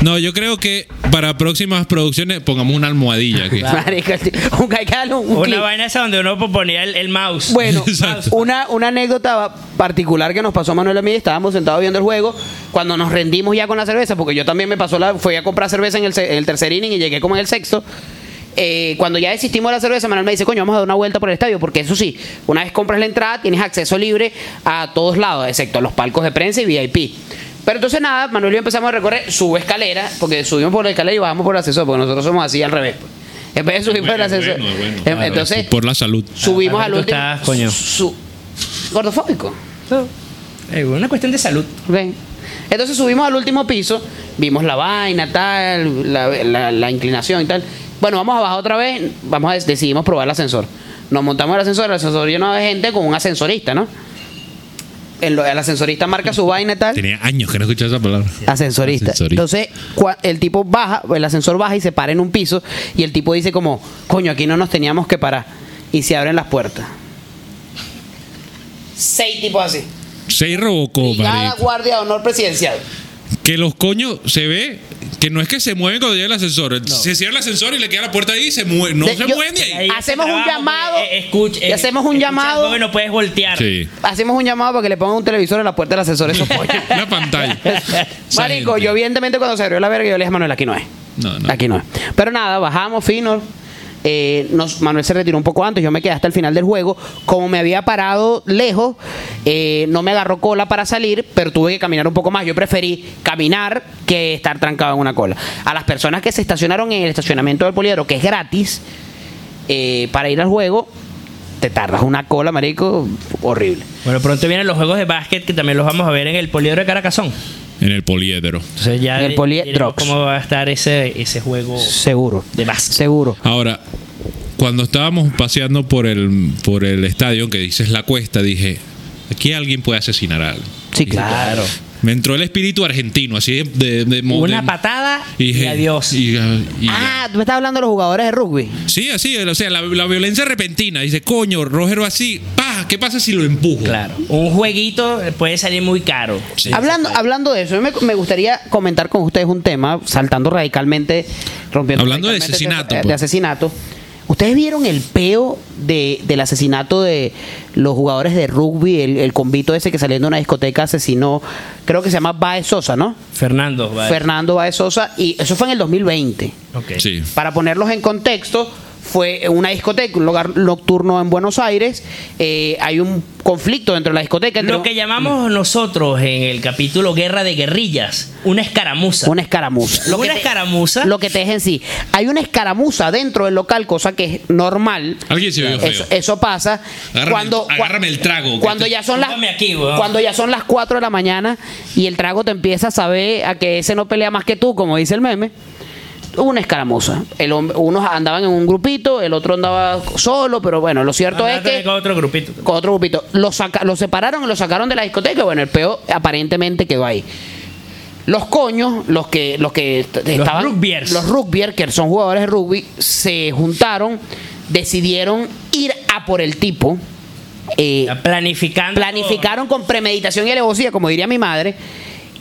Speaker 4: No, yo creo que para próximas producciones pongamos una almohadilla aquí.
Speaker 2: Marico, [LAUGHS] el tío- un- hay que darle un, un
Speaker 3: Una
Speaker 2: clip.
Speaker 3: vaina esa donde uno ponía el, el mouse.
Speaker 2: Bueno,
Speaker 4: [LAUGHS] Exacto.
Speaker 2: una, una anécdota particular que nos pasó a Manuel y a mí, estábamos sentados viendo el juego, cuando nos rendimos ya con la cerveza, porque yo también me pasó la, fui a comprar cerveza en el, se- en el tercer inning y llegué como en el sexto. Eh, cuando ya desistimos de la cerveza, Manuel me dice, coño, vamos a dar una vuelta por el estadio, porque eso sí, una vez compras la entrada, tienes acceso libre a todos lados, excepto a los palcos de prensa y VIP. Pero entonces nada, Manuel y yo empezamos a recorrer, subo escalera, porque subimos por la escalera y bajamos por el ascensor, porque nosotros somos así al revés. pues. En vez de subir por el
Speaker 4: Bueno,
Speaker 2: ascensor.
Speaker 4: bueno, bueno,
Speaker 2: Em-
Speaker 4: claro,
Speaker 2: entonces,
Speaker 4: por la salud.
Speaker 2: Subimos
Speaker 3: Ah,
Speaker 2: al
Speaker 3: tú
Speaker 2: último.
Speaker 3: estás, coño.
Speaker 2: su- gordofóbico.
Speaker 3: Es Eh, una cuestión de salud.
Speaker 2: ok. Entonces subimos al último piso, vimos la vaina, tal, la, la- la inclinación y tal. Bueno, vamos abajo otra vez, vamos a, decidimos probar el ascensor. Nos montamos el ascensor, el ascensor lleno de gente con un ascensorista, ¿no? El, el ascensorista marca su vaina y tal.
Speaker 4: Tenía años que no escuchaba esa palabra.
Speaker 2: Ascensorista.
Speaker 4: Ascensorista.
Speaker 2: Entonces, cua- el tipo baja, el ascensor baja y se para en un piso. Y el tipo dice como, coño, aquí no nos teníamos que parar. Y se abren las puertas. Seis tipos así.
Speaker 4: Seis Robocop,
Speaker 2: Brigada
Speaker 4: marico.
Speaker 2: Guardia de Honor Presidencial.
Speaker 4: Que los coños se ve que no es que se mueven cuando llega el ascensor. Se cierra el ascensor y le queda la puerta ahí y se mueve. No
Speaker 2: De-
Speaker 4: se
Speaker 2: yo-
Speaker 4: mueven de ahí.
Speaker 2: Ahí Hacemos un llamado.
Speaker 3: eh, escucha,
Speaker 2: Y hacemos un
Speaker 3: escucha
Speaker 2: llamado.
Speaker 3: algo y no puedes voltear.
Speaker 4: Sí.
Speaker 2: Hacemos un llamado para que le pongan un televisor en la puerta del ascensor. Eso
Speaker 4: [LAUGHS]
Speaker 2: [LAUGHS]
Speaker 4: La pantalla. [LAUGHS] Esa
Speaker 2: Marico,
Speaker 4: gente.
Speaker 2: yo evidentemente cuando se abrió la verga, yo le dije a Manuel, aquí no es.
Speaker 4: No, no.
Speaker 2: Aquí no es. Pero nada, bajamos, fino. Eh, nos, Manuel se retiró un poco antes, yo me quedé hasta el final del juego. Como me había parado lejos, eh, no me agarró cola para salir, pero tuve que caminar un poco más. Yo preferí caminar que estar trancado en una cola. A las personas que se estacionaron en el estacionamiento del poliedro, que es gratis, eh, para ir al juego, te tardas una cola, marico, horrible.
Speaker 3: Bueno, pronto vienen los juegos de básquet que también los vamos a ver en el poliedro de Caracazón.
Speaker 4: En el poliedro.
Speaker 3: Entonces ya
Speaker 2: En el
Speaker 3: di-
Speaker 2: Poliedro.
Speaker 3: diremos cómo va a estar ese, ese juego.
Speaker 2: Seguro.
Speaker 3: De más.
Speaker 2: Seguro.
Speaker 4: Ahora, cuando estábamos paseando por el, por el estadio, que dices la cuesta, dije, aquí alguien puede asesinar a alguien.
Speaker 2: Sí, claro.
Speaker 4: Me entró el espíritu argentino, así de... de, de-
Speaker 3: Una
Speaker 4: de-
Speaker 3: patada
Speaker 4: y
Speaker 3: y,
Speaker 4: dije,
Speaker 3: adiós.
Speaker 4: y- y-
Speaker 2: Ah, tú me estás hablando de los jugadores de rugby.
Speaker 4: Sí, así, o sea, la, la violencia repentina. Dice, coño, Rogero así, pa, ¿qué pasa si lo empujo?
Speaker 3: Claro. Un jueguito puede salir muy caro.
Speaker 4: Sí.
Speaker 2: hablando, hablando de eso, a mí me, me gustaría comentar con ustedes un tema, saltando radicalmente, rompiendo.
Speaker 4: Hablando de
Speaker 2: radicalmente
Speaker 4: asesinato,
Speaker 2: este- De,
Speaker 4: pues.
Speaker 2: asesinato. ¿Ustedes vieron el peo de, del asesinato de los jugadores de rugby, el, el convito ese que saliendo de una discoteca asesinó, creo que se llama Baez Sosa, ¿no?
Speaker 3: Fernando, vale.
Speaker 2: Fernando Baez Sosa, y eso fue en el 2020.
Speaker 3: Ok.
Speaker 4: Sí.
Speaker 2: Para ponerlos en contexto, fue una discoteca, un lugar nocturno en Buenos Aires. Eh, hay un conflicto dentro de la discoteca. entre
Speaker 3: Lo que llamamos nosotros en el capítulo Guerra de Guerrillas, una escaramuza.
Speaker 2: una escaramuza. Lo que
Speaker 3: Una
Speaker 2: te-
Speaker 3: escaramuza.
Speaker 2: Lo que te dejen sí. Hay una escaramuza dentro del local, cosa que es normal.
Speaker 4: Alguien se vio feo.
Speaker 2: Eso, eso pasa.
Speaker 4: Agárrame-
Speaker 2: cuando, cua-
Speaker 4: agárrame el trago, que
Speaker 2: Cuando
Speaker 4: te-
Speaker 2: ya son las
Speaker 3: Póngame aquí, weón.
Speaker 2: cuando ya son las 4 de la mañana y el trago te empieza a saber a que ese no pelea más que tú, como dice el meme. Hubo Una escaramuza. El, hom- unos andaban en un grupito, el otro andaba solo, pero bueno, lo cierto
Speaker 3: Andá
Speaker 2: es que
Speaker 3: con otro grupito.
Speaker 2: con otro grupito. Los, saca- los separaron y los sacaron de la discoteca. Bueno, el peo aparentemente quedó ahí. Los coños, los que, los que est- estaban.
Speaker 3: rugbyers.
Speaker 2: Los rugbyers, que son jugadores de rugby, se juntaron, decidieron ir a por el tipo. eh,
Speaker 3: Planificando.
Speaker 2: planificaron con premeditación y alevosía, como diría mi madre,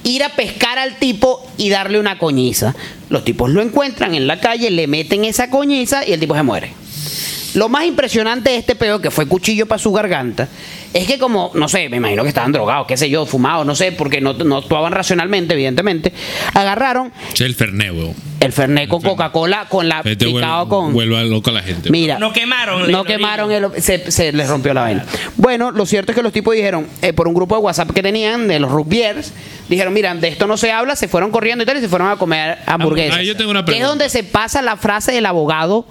Speaker 2: ir a pescar al tipo y darle una coñiza. Los tipos lo encuentran en la calle, le meten esa coñiza y el tipo se muere. Lo más impresionante de este peo, que fue cuchillo para su garganta, es que como, no sé, me imagino que estaban drogados, qué sé yo, fumados, no sé, porque no, no actuaban racionalmente, evidentemente, agarraron
Speaker 4: Che, el Fernet, weón.
Speaker 2: el Fernet con Coca-Cola, con la
Speaker 4: Este
Speaker 2: picado
Speaker 4: vuelve,
Speaker 2: con...
Speaker 4: vuelve a loco a la gente.
Speaker 2: Mira,
Speaker 3: No quemaron. el
Speaker 2: no
Speaker 3: orillo.
Speaker 2: quemaron, el- se, se les rompió la vaina. Bueno, lo cierto es que los tipos dijeron, eh, por un grupo de WhatsApp que tenían, de los Rubiers, dijeron, mira, de esto no se habla, se fueron corriendo y tal, y se fueron a comer hamburguesas.
Speaker 4: Ah, yo tengo una
Speaker 2: Que es
Speaker 4: pregunta.
Speaker 2: donde se pasa la frase del abogado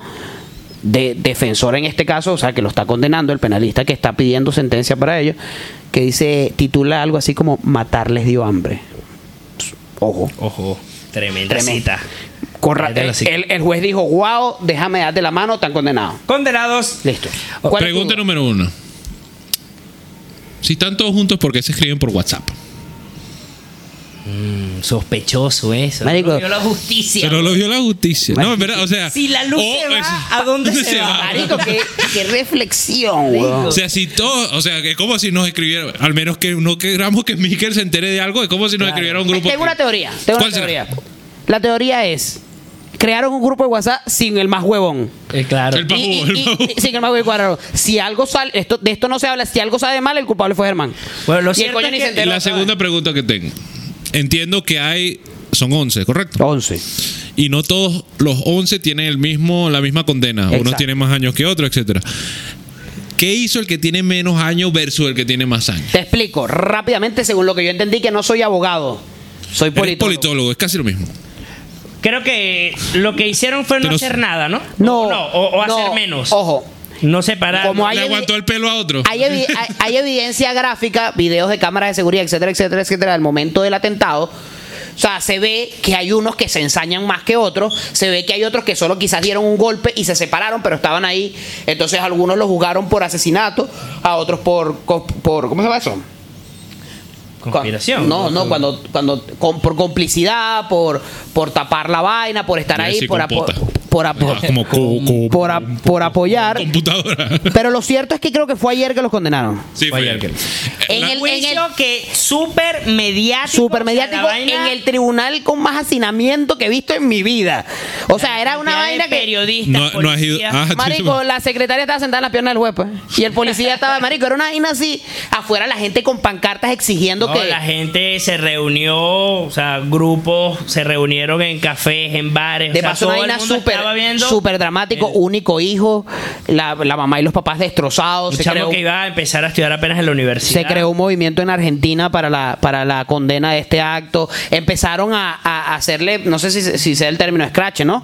Speaker 2: de defensor en este caso, o sea, que lo está condenando, el penalista que está pidiendo sentencia para ellos, que dice, titula algo así como, matar les dio hambre. Ojo.
Speaker 3: Ojo, tremenda,
Speaker 2: Tremenda.
Speaker 3: cita.
Speaker 2: Corra-
Speaker 3: Ahí te la
Speaker 2: el,
Speaker 3: cita.
Speaker 2: el juez dijo, wow, déjame darte la mano, están condenados.
Speaker 3: Condenados.
Speaker 2: Listo. ¿Cuál es tu
Speaker 4: Oh, Pregunta
Speaker 2: duda?
Speaker 4: número uno. Si están todos juntos, ¿por qué se escriben por WhatsApp?
Speaker 3: Mm, Sospechoso eso.
Speaker 2: Marico.
Speaker 3: No vio la justicia.
Speaker 4: Pero lo vio la justicia. No, es verdad, o sea.
Speaker 3: Si la luz se va, ¿a
Speaker 4: [LAUGHS]
Speaker 3: dónde se va?
Speaker 2: Marico, qué, qué reflexión, weón.
Speaker 4: O sea, si todos, o sea, que es como si nos escribieran, al menos que no queramos que Mikel se entere de algo, es como si nos escribiera un grupo.
Speaker 2: Tengo una teoría. Tengo
Speaker 4: ¿Cuál
Speaker 2: una
Speaker 4: será?
Speaker 2: teoría. La teoría es: crearon un grupo de WhatsApp sin el más huevón.
Speaker 3: Eh, claro.
Speaker 4: El papu,
Speaker 2: Y- y-
Speaker 4: el
Speaker 2: y-
Speaker 4: papu.
Speaker 2: sin el más huevón cuadrado. Si algo sale, esto, de esto no se habla, si algo sale mal, el culpable fue Germán.
Speaker 3: Bueno, lo
Speaker 2: Y el
Speaker 3: cierto
Speaker 2: coño
Speaker 3: es
Speaker 2: ni
Speaker 3: que
Speaker 2: se enteró,
Speaker 4: la
Speaker 2: ¿sabes?
Speaker 4: segunda pregunta que tengo. Entiendo que hay son 11, correcto.
Speaker 2: 11.
Speaker 4: Y no todos los 11 tienen el mismo la misma condena, unos
Speaker 2: Exacto.
Speaker 4: tienen más años que otros, etcétera. ¿Qué hizo el que tiene menos años versus el que tiene más años?
Speaker 2: Te explico rápidamente, según lo que yo entendí, que no soy abogado. Soy
Speaker 4: Eres
Speaker 2: politólogo.
Speaker 4: politólogo, es casi lo mismo.
Speaker 3: Creo que lo que hicieron fue no
Speaker 4: Pero-
Speaker 3: hacer nada, ¿no?
Speaker 2: No,
Speaker 3: O, o- o hacer
Speaker 2: no,
Speaker 3: menos.
Speaker 2: Ojo,
Speaker 3: No separar.
Speaker 2: Como hay
Speaker 4: Le
Speaker 2: evi-
Speaker 4: aguantó el pelo a otro.
Speaker 2: hay, evi- hay- hay evidencia gráfica, videos de cámaras de seguridad, etcétera, etcétera, etcétera, al momento del atentado. O sea, se ve que hay unos que se ensañan más que otros, se ve que hay otros que solo quizás dieron un golpe y se separaron, pero estaban ahí. Entonces algunos los juzgaron por asesinato, a otros por, co- por ¿cómo se llama eso?
Speaker 3: Conspiración.
Speaker 2: No, no, cuando, cuando con- por complicidad, por, por tapar la vaina, por estar
Speaker 4: Iba a
Speaker 2: ahí,
Speaker 4: decir
Speaker 2: por, apo-
Speaker 4: compota.
Speaker 2: por, apo-
Speaker 4: Ah, como co- co-
Speaker 2: por a- por apoyar.
Speaker 4: computadora. [LAUGHS]
Speaker 2: Pero lo cierto es que creo que fue ayer que los condenaron.
Speaker 4: Sí, fue
Speaker 3: Vaya,
Speaker 4: él.
Speaker 3: que-
Speaker 2: En
Speaker 4: La-
Speaker 2: el-
Speaker 3: Juicio que súper mediático.
Speaker 2: supermediático ah,
Speaker 3: o sea, la vaina-
Speaker 2: en el tribunal con más hacinamiento que he visto en mi vida. O sea, era una
Speaker 3: cantidad de
Speaker 2: vaina que.
Speaker 3: periodistas,
Speaker 4: No, no has ido.
Speaker 3: policías.
Speaker 4: Ah, tú-
Speaker 2: Marico, la secretaria estaba sentada en la pierna del juez, pues. Y el policía estaba, marico, era una vaina así. Afuera la gente con pancartas exigiendo
Speaker 3: No,
Speaker 2: que.
Speaker 3: la gente se reunió, o sea, grupos se reunieron en cafés, en bares.
Speaker 2: De
Speaker 3: o sea,
Speaker 2: paso,
Speaker 3: todo
Speaker 2: una
Speaker 3: el
Speaker 2: vaina
Speaker 3: mundo
Speaker 2: súper
Speaker 3: estaba viendo
Speaker 2: súper dramático,
Speaker 3: el-
Speaker 2: único hijo, la, la mamá y los papás destrozados.
Speaker 3: Un
Speaker 2: Se
Speaker 3: chamo
Speaker 2: creó,
Speaker 3: que iba a empezar a estudiar apenas en la universidad.
Speaker 2: se creó un movimiento en Argentina para la, para la condena de este acto. Empezaron a, a- a hacerle, no sé si, si sea el término scratch, ¿no?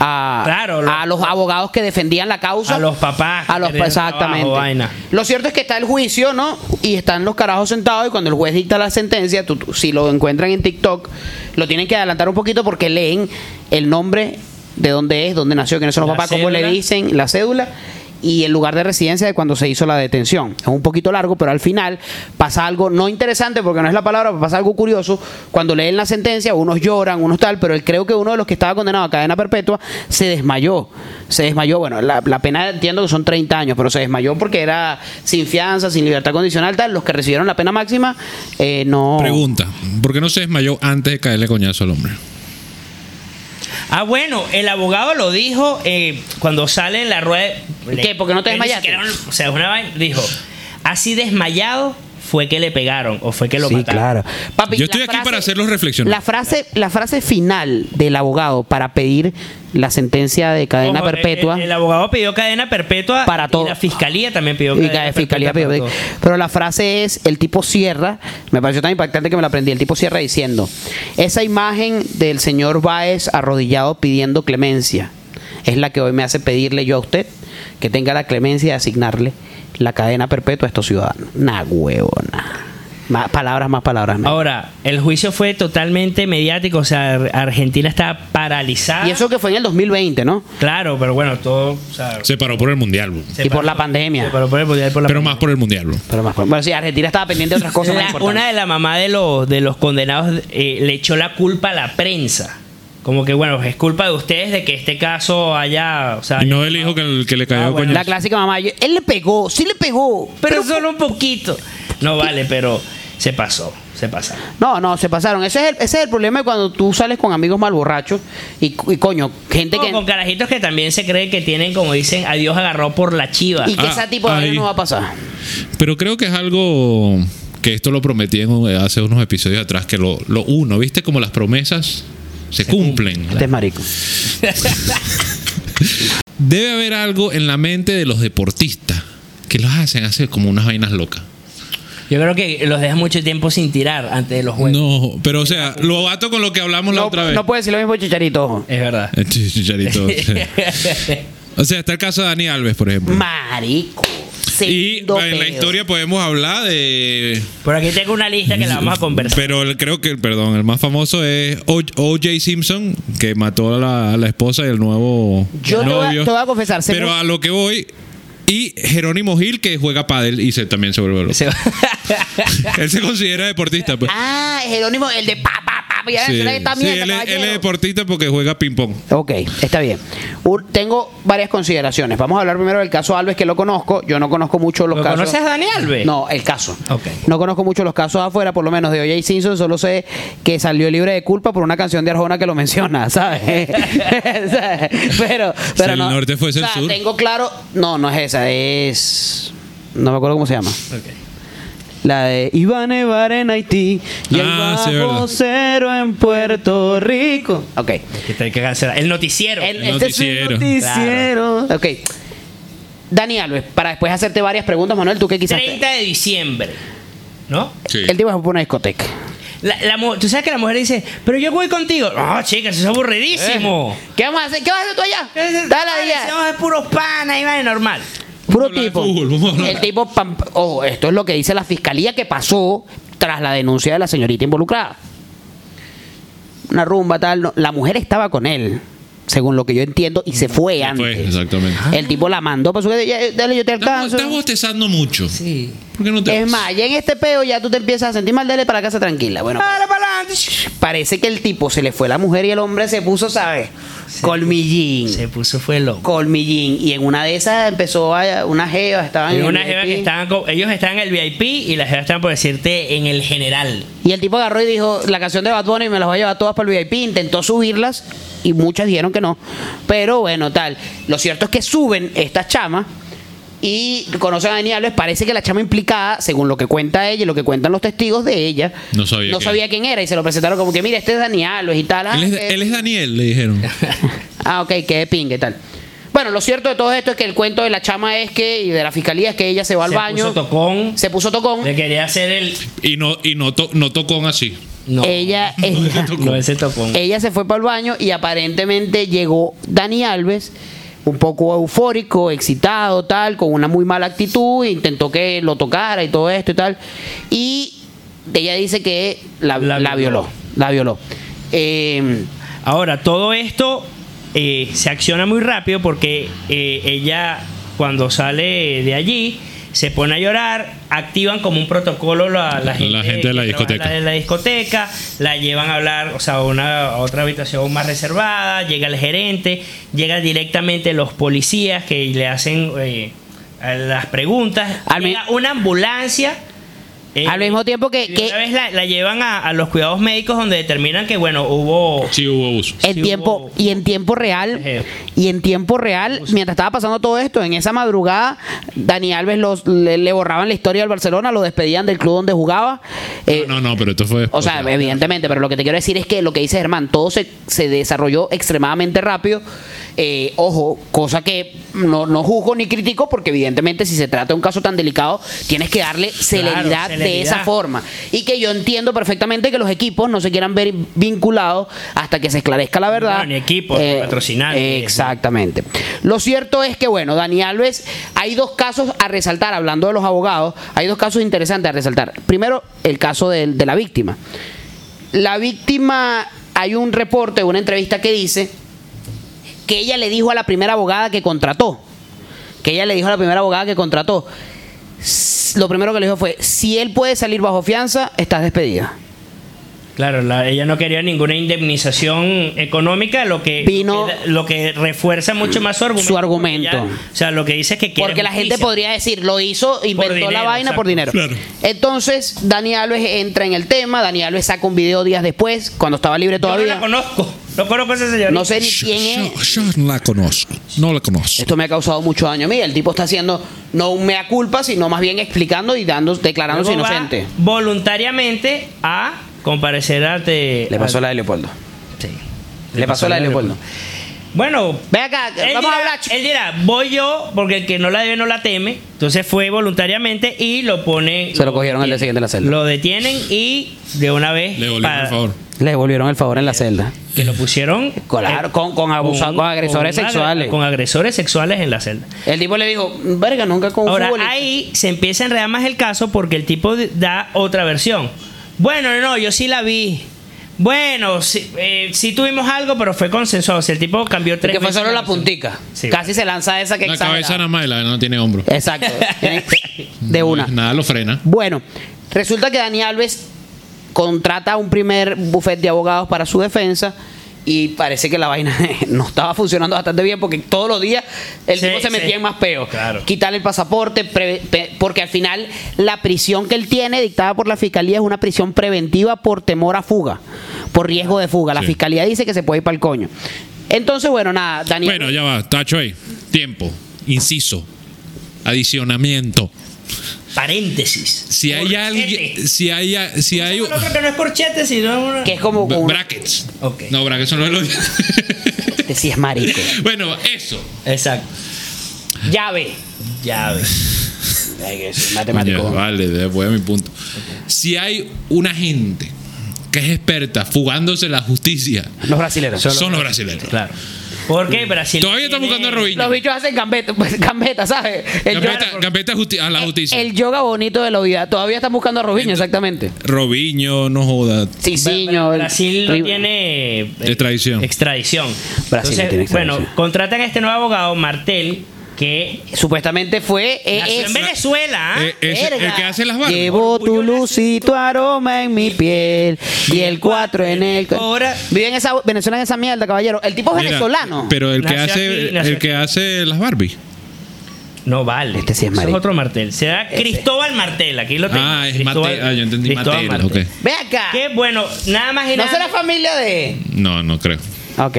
Speaker 2: A,
Speaker 3: Claro, lo-
Speaker 2: a los abogados que defendían la causa.
Speaker 3: A los papás que
Speaker 2: A los
Speaker 3: perdieron
Speaker 2: exactamente.
Speaker 3: trabajo, vaina.
Speaker 2: Lo cierto es que está el juicio, ¿no? Y están los carajos sentados y cuando el juez dicta la sentencia, tú- tú- si lo encuentran en TikTok, lo tienen que adelantar un poquito porque leen el nombre de dónde es, dónde nació, quiénes son los
Speaker 3: La
Speaker 2: papás, cómo le
Speaker 3: cédula.
Speaker 2: dicen, la cédula y el lugar de residencia de cuando se hizo la detención. Es un poquito largo, pero al final pasa algo no interesante porque no es la palabra, pero pasa algo curioso. Cuando leen la sentencia, unos lloran, unos tal, pero él creo que uno de los que estaba condenado a cadena perpetua se desmayó. Se desmayó, bueno, la, la pena entiendo que son 30 años, pero se desmayó porque era sin fianza, sin libertad condicional, tal. Los que recibieron la pena máxima, eh, no.
Speaker 4: Pregunta, ¿por qué no se desmayó antes de caerle coñazo al hombre?
Speaker 3: Ah, bueno, el abogado lo dijo eh, cuando sale en la rueda.
Speaker 2: ¿Qué? ¿Por qué no te
Speaker 3: Él ni
Speaker 2: desmayaste?
Speaker 3: siquiera- O sea, una vaina dijo, así desmayado fue que le pegaron o fue que lo
Speaker 2: sí,
Speaker 3: mataron.
Speaker 2: claro. Papi,
Speaker 4: Yo
Speaker 2: la
Speaker 4: estoy aquí para hacerlos reflexionar.
Speaker 2: La frase, la frase final del abogado para pedir la sentencia de cadena
Speaker 3: Ojo, el-
Speaker 2: perpetua.
Speaker 3: El, el abogado pidió cadena perpetua
Speaker 2: Para todo.
Speaker 3: Y la fiscalía también pidió
Speaker 2: y
Speaker 3: cadena
Speaker 2: la fiscalía pidió-
Speaker 3: perpetua para todo.
Speaker 2: Pero la frase es, el tipo cierra, me pareció tan impactante que me la aprendí, el tipo cierra diciendo, esa imagen del señor Báez arrodillado pidiendo clemencia es la que hoy me hace pedirle yo a usted que tenga la clemencia de asignarle la cadena perpetua a estos ciudadanos. Una huevona. Más palabras, más palabras. menos.
Speaker 3: Ahora, el juicio fue totalmente mediático, o sea, Ar- Argentina está paralizada.
Speaker 2: Y eso que fue en el 2020, ¿no?
Speaker 3: Claro, pero bueno, todo. o sea,
Speaker 4: Se paró por el mundial, bro.
Speaker 3: se
Speaker 2: y por
Speaker 3: paró-
Speaker 2: la pandemia.
Speaker 3: se paró por el mundial, por la
Speaker 4: Pero
Speaker 3: pandemia.
Speaker 4: más por el mundial, bro.
Speaker 2: Pero más, bueno, sí, Argentina estaba pendiente de otras cosas más
Speaker 3: La-
Speaker 2: importantes.
Speaker 3: una de la mamá de los de los condenados eh, le echó la culpa a la prensa. Como que bueno, es culpa de ustedes de que este caso haya, o sea,
Speaker 4: Y no el hijo que, el que le cayó
Speaker 3: Ah, bueno.
Speaker 2: La clásica mamá, yo- él le pegó, sí le pegó,
Speaker 3: pero solo un poquito. No vale, pero se pasó, se pasa.
Speaker 2: No, no, se pasaron. Ese es el, ese es el problema de cuando tú sales con amigos mal borrachos y, y coño, gente
Speaker 3: No, con
Speaker 2: que.
Speaker 3: carajitos que también se cree que tienen, como dicen, a Dios agarró por la chiva.
Speaker 2: Y que
Speaker 4: Ah,
Speaker 2: ese tipo de
Speaker 4: ahí.
Speaker 2: vaina no va a pasar.
Speaker 4: Pero creo que es algo que esto lo prometí en un- hace unos episodios atrás, que lo, lo uno, ¿viste? Como las promesas se, cumplen.
Speaker 2: Este es marico.
Speaker 4: Debe haber algo en la mente de los deportistas que los hacen hacer como unas vainas locas.
Speaker 3: Yo creo que los deja mucho tiempo sin tirar antes de los juegos.
Speaker 4: No, pero o sea, lo bato con lo que hablamos la
Speaker 2: No,
Speaker 4: otra vez.
Speaker 2: no puede decir lo mismo de Chicharito. ojo.
Speaker 3: Es verdad.
Speaker 4: [LAUGHS]
Speaker 2: [LAUGHS]
Speaker 4: Chicharito, o sea. O sea, está el caso de Dani Alves, por
Speaker 2: Mm.
Speaker 4: ejemplo.
Speaker 2: Marico.
Speaker 4: y
Speaker 2: Segundo
Speaker 4: en la
Speaker 2: pedo.
Speaker 4: historia podemos hablar de
Speaker 3: [LAUGHS] Por aquí tengo una lista que la vamos a conversar.
Speaker 4: Pero el- creo que, el- perdón, el más famoso es O- OJ Simpson, que mató a la, a la esposa y el nuevo
Speaker 2: Yo te voy a-
Speaker 4: novio.
Speaker 2: te voy a confesar, según-
Speaker 4: Pero a lo que voy... Y Jerónimo Gil, que juega pádel y se, también se vuelve loco.
Speaker 3: [LAUGHS] Se-
Speaker 4: [LAUGHS] Él se considera deportista, pues.
Speaker 2: Ah, Jerónimo, el de pa, pa, pa. Ya
Speaker 4: sí,
Speaker 2: era esta
Speaker 4: Sí,
Speaker 2: mierda,
Speaker 4: él, es-
Speaker 2: caballero.
Speaker 4: él es deportista porque juega ping-pong.
Speaker 2: Ok, está bien. Un- tengo varias consideraciones. Vamos a hablar primero del caso Alves, que lo conozco. Yo no conozco mucho los
Speaker 3: ¿Lo
Speaker 2: casos.
Speaker 3: conoces a Dani Alves?
Speaker 2: No, el caso.
Speaker 3: Ok.
Speaker 2: No conozco mucho los casos afuera, por lo menos de OJ Simpson. Solo sé que salió libre de culpa por una canción de Arjona que lo [LAUGHS] menciona, ¿sabes? [LAUGHS] ¿Sabes? pero, pero
Speaker 4: el
Speaker 2: no.
Speaker 4: norte fuese el
Speaker 2: O sea,
Speaker 4: sur.
Speaker 2: Tengo claro. No, no es esa. Es. No me acuerdo cómo se llama.
Speaker 3: [LAUGHS] Ok.
Speaker 2: La de Iba a nevar en Haití y
Speaker 4: Ah, sí,
Speaker 2: el bajo
Speaker 4: verdad.
Speaker 2: cero en Puerto Rico. Ok.
Speaker 3: Que te- que cancelar. El noticiero.
Speaker 2: El,
Speaker 4: El
Speaker 2: este es el
Speaker 3: noticiero.
Speaker 2: noticiero. Ok. Dani Alves, para después hacerte varias preguntas, Manuel, tú que quizás. te-
Speaker 3: 30 de diciembre. ¿No?
Speaker 4: Sí.
Speaker 2: El tipo se fue por una discoteca.
Speaker 3: La- la mu- Tú sabes que la mujer dice, pero yo voy contigo. No, chicas, eso es aburridísimo.
Speaker 2: ¿Qué vamos a hacer? ¿Qué vas a hacer tú allá? Dale
Speaker 3: Dale,
Speaker 2: allá.
Speaker 3: Somos de puros panas y va de normal.
Speaker 2: Puro
Speaker 4: Vamos a hablar de
Speaker 2: tipo.
Speaker 4: fútbol, vamos a hablar.
Speaker 2: El tipo, pam- ojo, esto es lo que dice la fiscalía que pasó tras la denuncia de la señorita involucrada. Una rumba, tal. no- La mujer estaba con él, según lo que yo entiendo, y se fue
Speaker 4: Se fue,
Speaker 2: antes.
Speaker 4: exactamente.
Speaker 2: El tipo la mandó para su casa, ya, Dale, yo te
Speaker 4: Estás,
Speaker 2: alcanzo.
Speaker 4: estás bostezando mucho.
Speaker 3: Sí.
Speaker 4: ¿Por qué no te
Speaker 2: Es más, ya en este peo ya tú te empiezas a sentir mal, dale para casa tranquila. Bueno,
Speaker 3: Dale para adelante.
Speaker 2: parece que el tipo se le fue la mujer y el hombre se puso, ¿sabes? Colmillín.
Speaker 3: Se puso fue loco.
Speaker 2: colmillín. Y en una de esas empezó a una jeva, estaban
Speaker 3: Y
Speaker 2: en el
Speaker 3: una jeva
Speaker 2: VIP.
Speaker 3: que estaban con- ellos estaban en el VIP y las jevas estaban por decirte en el general.
Speaker 2: Y el tipo agarró y dijo, la canción de Bad Bunny me las va a llevar todas para el VIP. Intentó subirlas y muchas dijeron que no. Pero bueno, tal. Lo cierto es que suben estas chamas y conocen a Dani Alves. Parece que la chama implicada, según lo que cuenta ella y lo que cuentan los testigos de ella,
Speaker 4: No sabía quién.
Speaker 2: quién era. Y se lo presentaron como que, mira, este es Dani Alves y tal. Ah,
Speaker 4: Él es,
Speaker 2: eh,
Speaker 4: él es Daniel, le dijeron.
Speaker 2: Ah, ok, que de pingue tal. Bueno, lo cierto de todo esto es que el cuento de la chama es que, y de la fiscalía, es que ella se va al
Speaker 3: se
Speaker 2: baño,
Speaker 3: puso tocón.
Speaker 2: se puso tocón.
Speaker 3: Le quería hacer el.
Speaker 4: Y no, y no, to- no tocó así.
Speaker 3: No.
Speaker 2: Ella,
Speaker 4: [LAUGHS]
Speaker 2: ella,
Speaker 3: No, ese tocón.
Speaker 2: ella se fue para el baño y aparentemente llegó Dani Alves un poco eufórico, excitado, tal, con una muy mala actitud, e intentó que lo tocara y todo esto y tal. Y ella dice que la,
Speaker 3: La
Speaker 2: la
Speaker 3: violó.
Speaker 2: violó, la violó. Eh,
Speaker 3: Ahora, todo esto eh, se acciona muy rápido porque eh, ella, cuando sale de allí, se pone a llorar, activan como un protocolo la, la gente,
Speaker 4: gente de la
Speaker 3: que trabaja en
Speaker 4: discoteca.
Speaker 3: La, de la discoteca, la llevan a hablar, o sea, a, una, a otra habitación más reservada, llega el gerente, llegan directamente los policías que le hacen eh, a las preguntas,
Speaker 2: Al mi-
Speaker 3: llega una ambulancia Eh,
Speaker 2: Al mismo tiempo que-
Speaker 3: y de
Speaker 2: que-
Speaker 3: una vez la, la llevan a, a los cuidados médicos donde determinan que, bueno, hubo.
Speaker 4: Sí hubo abuso.
Speaker 2: En
Speaker 3: Sí
Speaker 2: tiempo,
Speaker 3: hubo- Eh.
Speaker 2: y en tiempo real,
Speaker 3: Ejeo.
Speaker 2: y en tiempo real, mientras estaba pasando todo esto, en esa madrugada, Dani Alves los, le, le borraban la historia al Barcelona, lo despedían del club donde jugaba. eh,
Speaker 4: No, no, pero esto fue
Speaker 2: O
Speaker 4: después.
Speaker 2: sea, evidentemente, pero lo que te quiero decir es que lo que dice Germán, todo se, se desarrolló extremadamente rápido. Eh, ojo, cosa que no, no juzgo ni critico, porque evidentemente si se trata de un caso tan delicado, tienes que darle celeridad, de
Speaker 3: celeridad.
Speaker 2: esa forma. Y que yo entiendo perfectamente que los equipos no se quieran ver vinculados hasta que se esclarezca la verdad. Eh,
Speaker 3: No, ni equipos, ni patrocinantes, ni eso.
Speaker 2: Exactamente. Lo cierto es que, bueno, Dani Alves, hay dos casos a resaltar, hablando de los abogados, hay dos casos interesantes a resaltar. Primero, el caso del- de la víctima. La víctima, hay un reporte, una entrevista que dice que ella le dijo a la primera abogada que contrató, que ella le dijo a la primera abogada que contrató, s- lo primero que le dijo fue, si él puede salir bajo fianza, estás despedida.
Speaker 3: Claro, la- ella no quería ninguna indemnización económica, lo que,
Speaker 2: Vino-
Speaker 3: lo que- lo que refuerza mucho más su argumento.
Speaker 2: Su argumento.
Speaker 3: porque ella- o sea, lo que dice es que quiere
Speaker 2: Porque la gente
Speaker 3: justicia.
Speaker 2: podría decir, lo hizo, inventó la
Speaker 3: dinero,
Speaker 2: vaina por dinero.
Speaker 3: exacto.
Speaker 2: Entonces, Dani Alves entra en el tema, Dani Alves saca un video días después, cuando estaba libre
Speaker 3: Yo no
Speaker 2: todavía.
Speaker 3: la conozco. No conozco a esa señora.
Speaker 2: No sé ni
Speaker 4: Yo,
Speaker 2: quién es.
Speaker 4: yo- yo no la conozco. No la conozco.
Speaker 2: Esto me ha causado mucho daño a mí. El tipo está haciendo no un mea culpa, sino más bien explicando y dando, declarándose
Speaker 3: Luego va
Speaker 2: inocente.
Speaker 3: voluntariamente a comparecer ante.
Speaker 2: Le pasó
Speaker 3: ante-
Speaker 2: la de Leopoldo.
Speaker 3: sí.
Speaker 2: Le pasó la de Leopoldo.
Speaker 3: Bueno,
Speaker 2: Ven acá,
Speaker 3: él
Speaker 2: vamos a
Speaker 3: dirá-
Speaker 2: hablar. chico.
Speaker 3: Él dirá, voy yo, porque el que no la debe no la teme. Entonces fue voluntariamente y lo pone.
Speaker 2: Se lo cogieron al día
Speaker 3: detienen.
Speaker 2: siguiente en la celda.
Speaker 3: Lo detienen y de una vez.
Speaker 4: Le volvió,
Speaker 3: para-
Speaker 4: por favor.
Speaker 2: Le devolvieron el favor en la celda.
Speaker 3: Que lo pusieron.
Speaker 2: Claro,
Speaker 3: eh,
Speaker 2: con- con abusa- con agresores
Speaker 3: agre-
Speaker 2: sexuales.
Speaker 3: Con agresores sexuales en la celda.
Speaker 2: El tipo le dijo, verga, nunca con un
Speaker 3: Ahora,
Speaker 2: futbolista".
Speaker 3: ahí se empieza a enredar más el caso porque el tipo de- da otra versión. Bueno, no, yo sí la vi. Bueno, sí, eh, sí tuvimos algo, pero fue consensuado. O sea, el tipo cambió tres
Speaker 2: Porque fue
Speaker 3: veces
Speaker 2: solo la
Speaker 3: versión.
Speaker 2: puntica.
Speaker 3: Sí.
Speaker 2: Casi se lanza esa que
Speaker 4: La
Speaker 2: exagera.
Speaker 4: cabeza nada más y la no tiene hombro.
Speaker 3: [LAUGHS]
Speaker 2: Exacto. De una.
Speaker 4: Nada lo frena.
Speaker 2: Bueno, resulta que Dani Alves contrata un primer buffet de abogados para su defensa y parece que la vaina [LAUGHS] no estaba funcionando bastante bien porque todos los días el
Speaker 3: Sí,
Speaker 2: tipo se
Speaker 3: sí.
Speaker 2: metía en más peo.
Speaker 3: Claro.
Speaker 2: Quitarle el pasaporte, pre- pe- porque al final la prisión que él tiene dictada por la fiscalía es una prisión preventiva por temor a fuga, por riesgo de fuga. La
Speaker 4: Sí.
Speaker 2: fiscalía dice que se puede ir para el coño. Entonces, bueno, nada, Dani
Speaker 4: Bueno, ya va. Tacho ahí. Tiempo. Inciso. Adicionamiento.
Speaker 3: Paréntesis.
Speaker 4: Si hay
Speaker 3: Corchete.
Speaker 4: alguien. Si hay. a- Si hay.
Speaker 3: Eso es lo otro que no es corchete, sino una-
Speaker 2: que es como
Speaker 4: b-
Speaker 2: un...
Speaker 4: Brackets.
Speaker 3: Ok.
Speaker 4: No, brackets son los de
Speaker 2: [LAUGHS] Este sí es marico.
Speaker 4: los- [LAUGHS] Bueno, eso.
Speaker 3: Exacto.
Speaker 2: Llave. [LAUGHS]
Speaker 3: Llave.
Speaker 2: Ay, que es matemático.
Speaker 4: Coño, vale, después de mi punto. Si hay una gente que es experta fugándose la justicia,
Speaker 2: Los brasileños.
Speaker 4: son, los brasileños.
Speaker 3: Claro. Porque Brasil.
Speaker 4: Todavía están
Speaker 3: tiene-
Speaker 4: buscando a Robinho.
Speaker 2: Los bichos hacen gambeta, pues, [LAUGHS] gambeta, ¿sabes? El
Speaker 4: Gambetta-
Speaker 2: yoga,
Speaker 4: Gambetta justi- a la justicia.
Speaker 2: el yoga bonito de la vida. Todavía están buscando a Robinho, exactamente.
Speaker 4: Robinho, no joda.
Speaker 2: Ciciño. el-
Speaker 3: Brasil no
Speaker 2: Ri-
Speaker 3: tiene eh,
Speaker 4: Extradición.
Speaker 3: extradición.
Speaker 2: Brasil no tiene extradición.
Speaker 3: Bueno, contratan a este nuevo abogado, Martel, que
Speaker 2: Supuestamente fue. eh,
Speaker 3: nació
Speaker 2: es-
Speaker 3: en Venezuela. ¿ah?
Speaker 4: Eh, es el
Speaker 2: Verga.
Speaker 4: que hace las barbas.
Speaker 2: Llevo tu luz y tu aroma en mi piel. Y el 4 en el.
Speaker 3: Ahora-
Speaker 2: Vive en esa. Venezuela en esa mierda, caballero. El tipo es
Speaker 4: Mira,
Speaker 2: venezolano.
Speaker 4: Pero el que
Speaker 3: Nació
Speaker 4: hace
Speaker 3: aquí, nació
Speaker 4: el que hace las Barbie.
Speaker 3: No vale.
Speaker 2: Este sí es
Speaker 3: Eso
Speaker 2: marico.
Speaker 3: otro Martel. Será Cristóbal Martel. Aquí lo tengo.
Speaker 4: Ah, es
Speaker 3: Cristóbal-
Speaker 4: Mate. Ah, yo entendí
Speaker 3: Cristóbal
Speaker 4: Matera, ok.
Speaker 2: Ve acá.
Speaker 3: Que bueno, nada más y
Speaker 2: No
Speaker 3: nada.
Speaker 2: será familia de.
Speaker 4: No, no creo.
Speaker 2: Ok.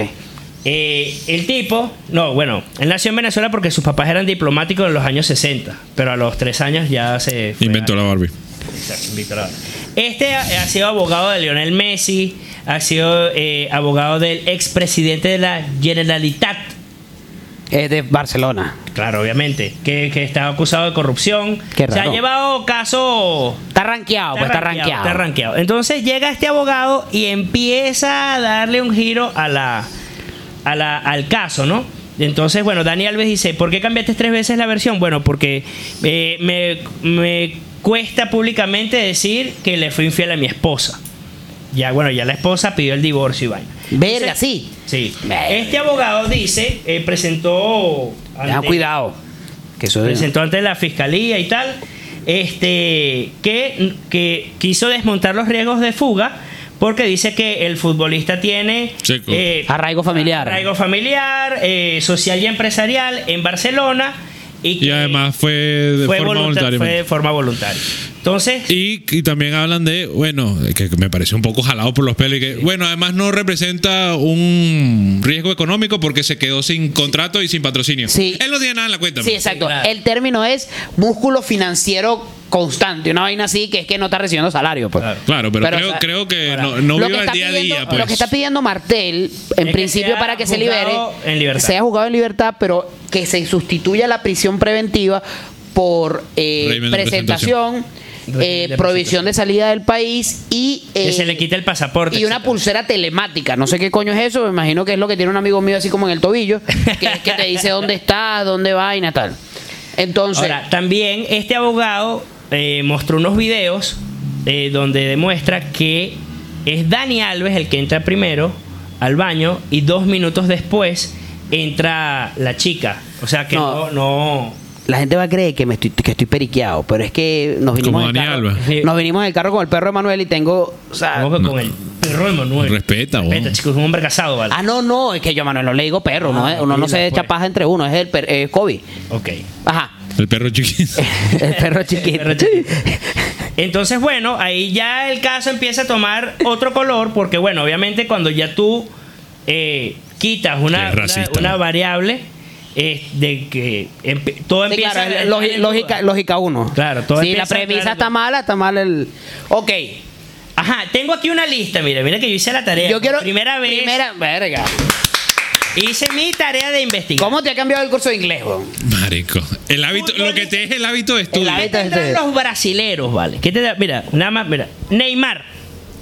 Speaker 3: Eh, el tipo, no, bueno, él nació en Venezuela porque sus papás eran diplomáticos en los años 60, pero a los tres años ya se fue
Speaker 4: Inventó
Speaker 3: a-
Speaker 4: la Barbie.
Speaker 3: Exacto, inventó la- Este ha, ha sido abogado de Lionel Messi, ha sido eh, abogado del expresidente de la Generalitat,
Speaker 2: Es de Barcelona.
Speaker 3: claro, obviamente, que, que está acusado de corrupción.
Speaker 2: Qué
Speaker 3: Se ha
Speaker 2: raro.
Speaker 3: llevado casos
Speaker 2: Está rankeado, pues está rankeado.
Speaker 3: Está rankeado. Entonces llega este abogado y empieza a darle un giro a la, a la- al caso, ¿no? Entonces, bueno, Dani Alves dice, ¿por qué cambiaste tres veces la versión? Bueno, porque eh, me, me cuesta públicamente decir que le fui infiel a mi esposa. Ya, bueno, ya la esposa pidió el divorcio y vaina.
Speaker 2: Verga,
Speaker 3: Entonces,
Speaker 2: sí.
Speaker 3: Sí.
Speaker 2: Verga.
Speaker 3: Este abogado dice, eh, presentó...
Speaker 2: Tengan
Speaker 3: ante-
Speaker 2: cuidado. Que eso
Speaker 3: presentó ante la fiscalía y tal, este, que, que quiso desmontar los riesgos de fuga porque dice que el futbolista tiene eh,
Speaker 4: Sí, co-
Speaker 2: Arraigo familiar.
Speaker 3: arraigo familiar, eh, social y empresarial en Barcelona y,
Speaker 4: Y
Speaker 3: que
Speaker 4: además fue de
Speaker 3: fue,
Speaker 4: forma
Speaker 3: volunta-
Speaker 4: voluntaria.
Speaker 3: fue de forma voluntaria. Entonces,
Speaker 4: Y, y también hablan de, bueno, que me pareció un poco jalado por los pelos. y que, Bueno, además no representa un riesgo económico porque se quedó sin contrato y sin patrocinio.
Speaker 2: Sí.
Speaker 4: Él no tiene nada en la cuenta.
Speaker 2: Sí,
Speaker 4: pues.
Speaker 2: exacto.
Speaker 3: claro.
Speaker 2: El término es músculo financiero constante. Una vaina así que es que no está recibiendo salario. Pues.
Speaker 3: Claro.
Speaker 4: Claro, pero,
Speaker 2: Pero,
Speaker 4: creo,
Speaker 2: o sea,
Speaker 4: creo que
Speaker 3: ahora,
Speaker 4: no, no
Speaker 2: Lo que
Speaker 4: viva el
Speaker 2: está
Speaker 4: día a
Speaker 2: pidiendo-
Speaker 4: día. Pues.
Speaker 2: Lo que está pidiendo Martel, en
Speaker 3: que
Speaker 2: principio,
Speaker 3: sea
Speaker 2: para que se libere,
Speaker 3: juzgado en libertad.
Speaker 2: sea juzgado en libertad, pero que se sustituya la prisión preventiva por eh,
Speaker 4: Régimen de
Speaker 2: presentación,
Speaker 3: Régimen
Speaker 2: eh,
Speaker 3: de
Speaker 2: prohibición de salida del país y.
Speaker 3: que
Speaker 2: eh,
Speaker 3: se le quita el pasaporte.
Speaker 2: y una
Speaker 3: etcétera.
Speaker 2: pulsera telemática. No sé qué coño es eso. Me imagino que es lo que tiene un amigo mío así como en el tobillo. Que es que te dice dónde está, dónde vaina, tal. Entonces,
Speaker 3: Ahora, también este abogado eh, mostró unos videos eh, donde demuestra que es Dani Alves el que entra primero al baño y dos minutos después entra la chica. O sea que
Speaker 2: No.
Speaker 3: no, no,
Speaker 2: la gente va a creer que me estoy, que estoy periqueado, pero es que nos vinimos,
Speaker 4: Como
Speaker 2: en el,
Speaker 4: Dani
Speaker 2: carro,
Speaker 4: Alves.
Speaker 3: Sí.
Speaker 2: nos vinimos en el carro con el perro de Manuel y tengo. O sea,
Speaker 3: Ojo con el perro de Manuel.
Speaker 4: Respeta, vos.
Speaker 3: Respeta, chicos, es un hombre casado, ¿vale?
Speaker 2: ah, no, no, es que yo a Manuel no le digo perro. no,
Speaker 3: Ah,
Speaker 2: eh, uno no se
Speaker 3: mira,
Speaker 2: echa
Speaker 3: pues.
Speaker 2: paja entre uno, es el per, eh, Kobe.
Speaker 3: Ok.
Speaker 2: Ajá,
Speaker 4: El perro chiquito.
Speaker 2: [LAUGHS] el perro chiquito.
Speaker 3: Perro chiquito. Entonces, bueno, ahí ya el caso empieza a tomar otro color, porque, bueno, obviamente cuando ya tú eh, quitas una,
Speaker 4: Qué racista,
Speaker 3: una, una
Speaker 4: ¿no?
Speaker 3: variable eh, de que empe- todo
Speaker 2: Sí,
Speaker 3: empieza
Speaker 2: claro,
Speaker 3: a-
Speaker 2: es lógica, lógica, lógica uno.
Speaker 3: Claro, todo
Speaker 2: Si
Speaker 3: empieza
Speaker 2: la
Speaker 3: a
Speaker 2: premisa
Speaker 3: entrar-
Speaker 2: está mala, está mal el. Ok,
Speaker 3: Ajá, tengo aquí una lista, mira, mira que yo hice la tarea.
Speaker 2: yo quiero.
Speaker 3: Primera vez
Speaker 2: Primera, verga.
Speaker 3: hice mi tarea de investigar.
Speaker 2: ¿Cómo te ha cambiado el curso de inglés, weón?
Speaker 4: Marico. El hábito, lo que te es el hábito de estudio.
Speaker 2: hábito-
Speaker 3: ¿Qué te dan los brasileros, vale? ¿Qué te da? Mira, nada más, mira. Neymar.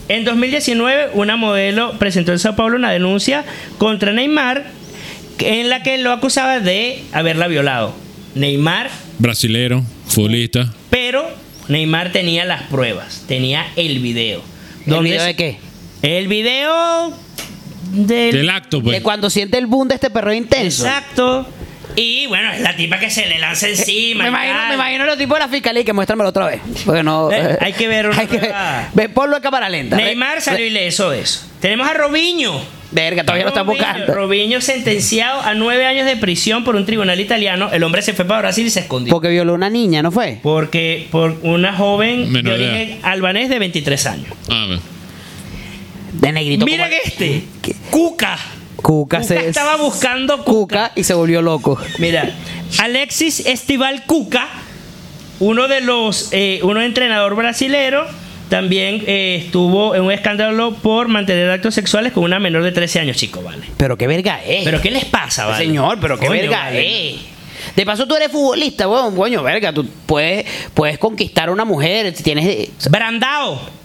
Speaker 3: En 2019, una modelo presentó en Sao Paulo una denuncia contra Neymar en la que lo acusaba de haberla violado. Neymar,
Speaker 4: Brasilero, futbolista.
Speaker 3: pero Neymar tenía las pruebas, tenía el video.
Speaker 2: ¿El
Speaker 3: ¿Dónde
Speaker 2: video
Speaker 3: se-
Speaker 2: de qué?
Speaker 3: El video del...
Speaker 4: Del acto, pues.
Speaker 2: De cuando siente el boom de este perro intenso.
Speaker 3: Exacto. Y bueno, es la tipa que se le lanza encima.
Speaker 2: Eh, Me
Speaker 3: y
Speaker 2: imagino,
Speaker 3: tal.
Speaker 2: me imagino los tipos de la fiscalía y que muéstramelo otra vez. Porque no.
Speaker 3: Eh, hay que ver una
Speaker 2: ver.
Speaker 3: nueva-
Speaker 2: Ve, ponlo a cámara lenta. Ve-
Speaker 3: Neymar salió
Speaker 2: ve-
Speaker 3: ileso de eso. Tenemos a Robinho.
Speaker 2: Verga, todavía lo están
Speaker 3: Robinho-
Speaker 2: buscando.
Speaker 3: Robinho sentenciado a nueve años de prisión por un tribunal italiano. El hombre se fue para Brasil y se escondió.
Speaker 2: Porque violó una niña, ¿no fue?
Speaker 3: porque por una joven
Speaker 4: Menor
Speaker 3: de
Speaker 4: de
Speaker 3: origen albanés de 23 años.
Speaker 4: Ah, bueno.
Speaker 2: De negrito.
Speaker 3: Mira
Speaker 2: como-
Speaker 3: que este,
Speaker 2: ¿Qué?
Speaker 3: Cuca.
Speaker 2: Cuca,
Speaker 3: Cuca
Speaker 2: se.
Speaker 3: estaba buscando Cuca.
Speaker 2: Cuca y se volvió loco.
Speaker 3: Mira, Alexis Estival Cuca, uno de los, eh, uno entrenador brasilero, también eh, estuvo en un escándalo por mantener actos sexuales con una menor de 13 años, chico, vale.
Speaker 2: Pero qué verga es.
Speaker 3: ¿Pero qué les pasa, vale?
Speaker 2: Eh. Señor, pero qué
Speaker 3: Coño,
Speaker 2: verga eh.
Speaker 3: vale.
Speaker 2: es. De paso, tú eres futbolista, weón. Coño, verga. Tú puedes, puedes conquistar a una mujer. Tienes.
Speaker 3: Brandao.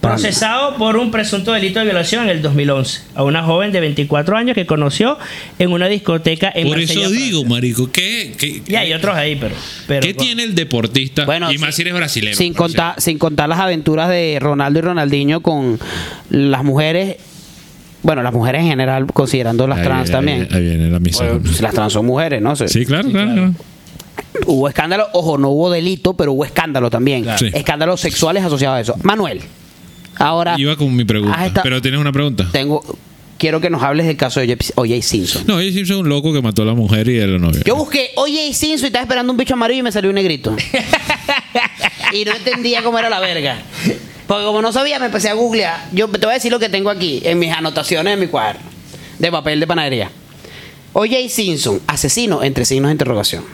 Speaker 3: Procesado por un presunto delito de violación en el 2011 a una joven de 24 años que conoció en una discoteca en
Speaker 4: Por eso
Speaker 3: Marsella,
Speaker 4: digo,
Speaker 3: Francia.
Speaker 4: marico, ¿qué, qué,
Speaker 3: Y hay otros ahí, pero. pero
Speaker 4: ¿qué tiene el deportista?
Speaker 2: Bueno,
Speaker 4: y más
Speaker 2: sí.
Speaker 4: si eres pues, brasileño.
Speaker 2: sin
Speaker 4: por
Speaker 2: contar sin contar las aventuras de Ronaldo y Ronaldinho con las mujeres bueno las mujeres en general considerando las
Speaker 4: Ahí
Speaker 2: trans
Speaker 4: viene,
Speaker 2: también
Speaker 4: Ahí, viene la misa.
Speaker 2: Bueno, las trans son mujeres no sé.
Speaker 4: Sí, claro, claro. claro.
Speaker 2: hubo escándalo ojo no hubo delito pero hubo escándalo también
Speaker 4: Sí.
Speaker 2: escándalos sexuales asociados a eso Manuel ahora
Speaker 4: Iba con mi
Speaker 2: Ah,
Speaker 4: pregunta.
Speaker 2: está-
Speaker 4: Pero tienes una pregunta.
Speaker 2: tengo quiero que nos hables del caso de O.J. Simpson
Speaker 4: No, ella Simpson es un loco que mató a la mujer y a la novia.
Speaker 2: yo busqué O.J. Simpson y estaba esperando un bicho amarillo y me salió un negrito y no entendía cómo era la verga. Porque como no sabía, me empecé a googlear. Yo te voy a decir lo que tengo aquí en mis anotaciones de mi cuaderno de papel de panadería. O.J. Simpson, asesino entre signos de interrogación.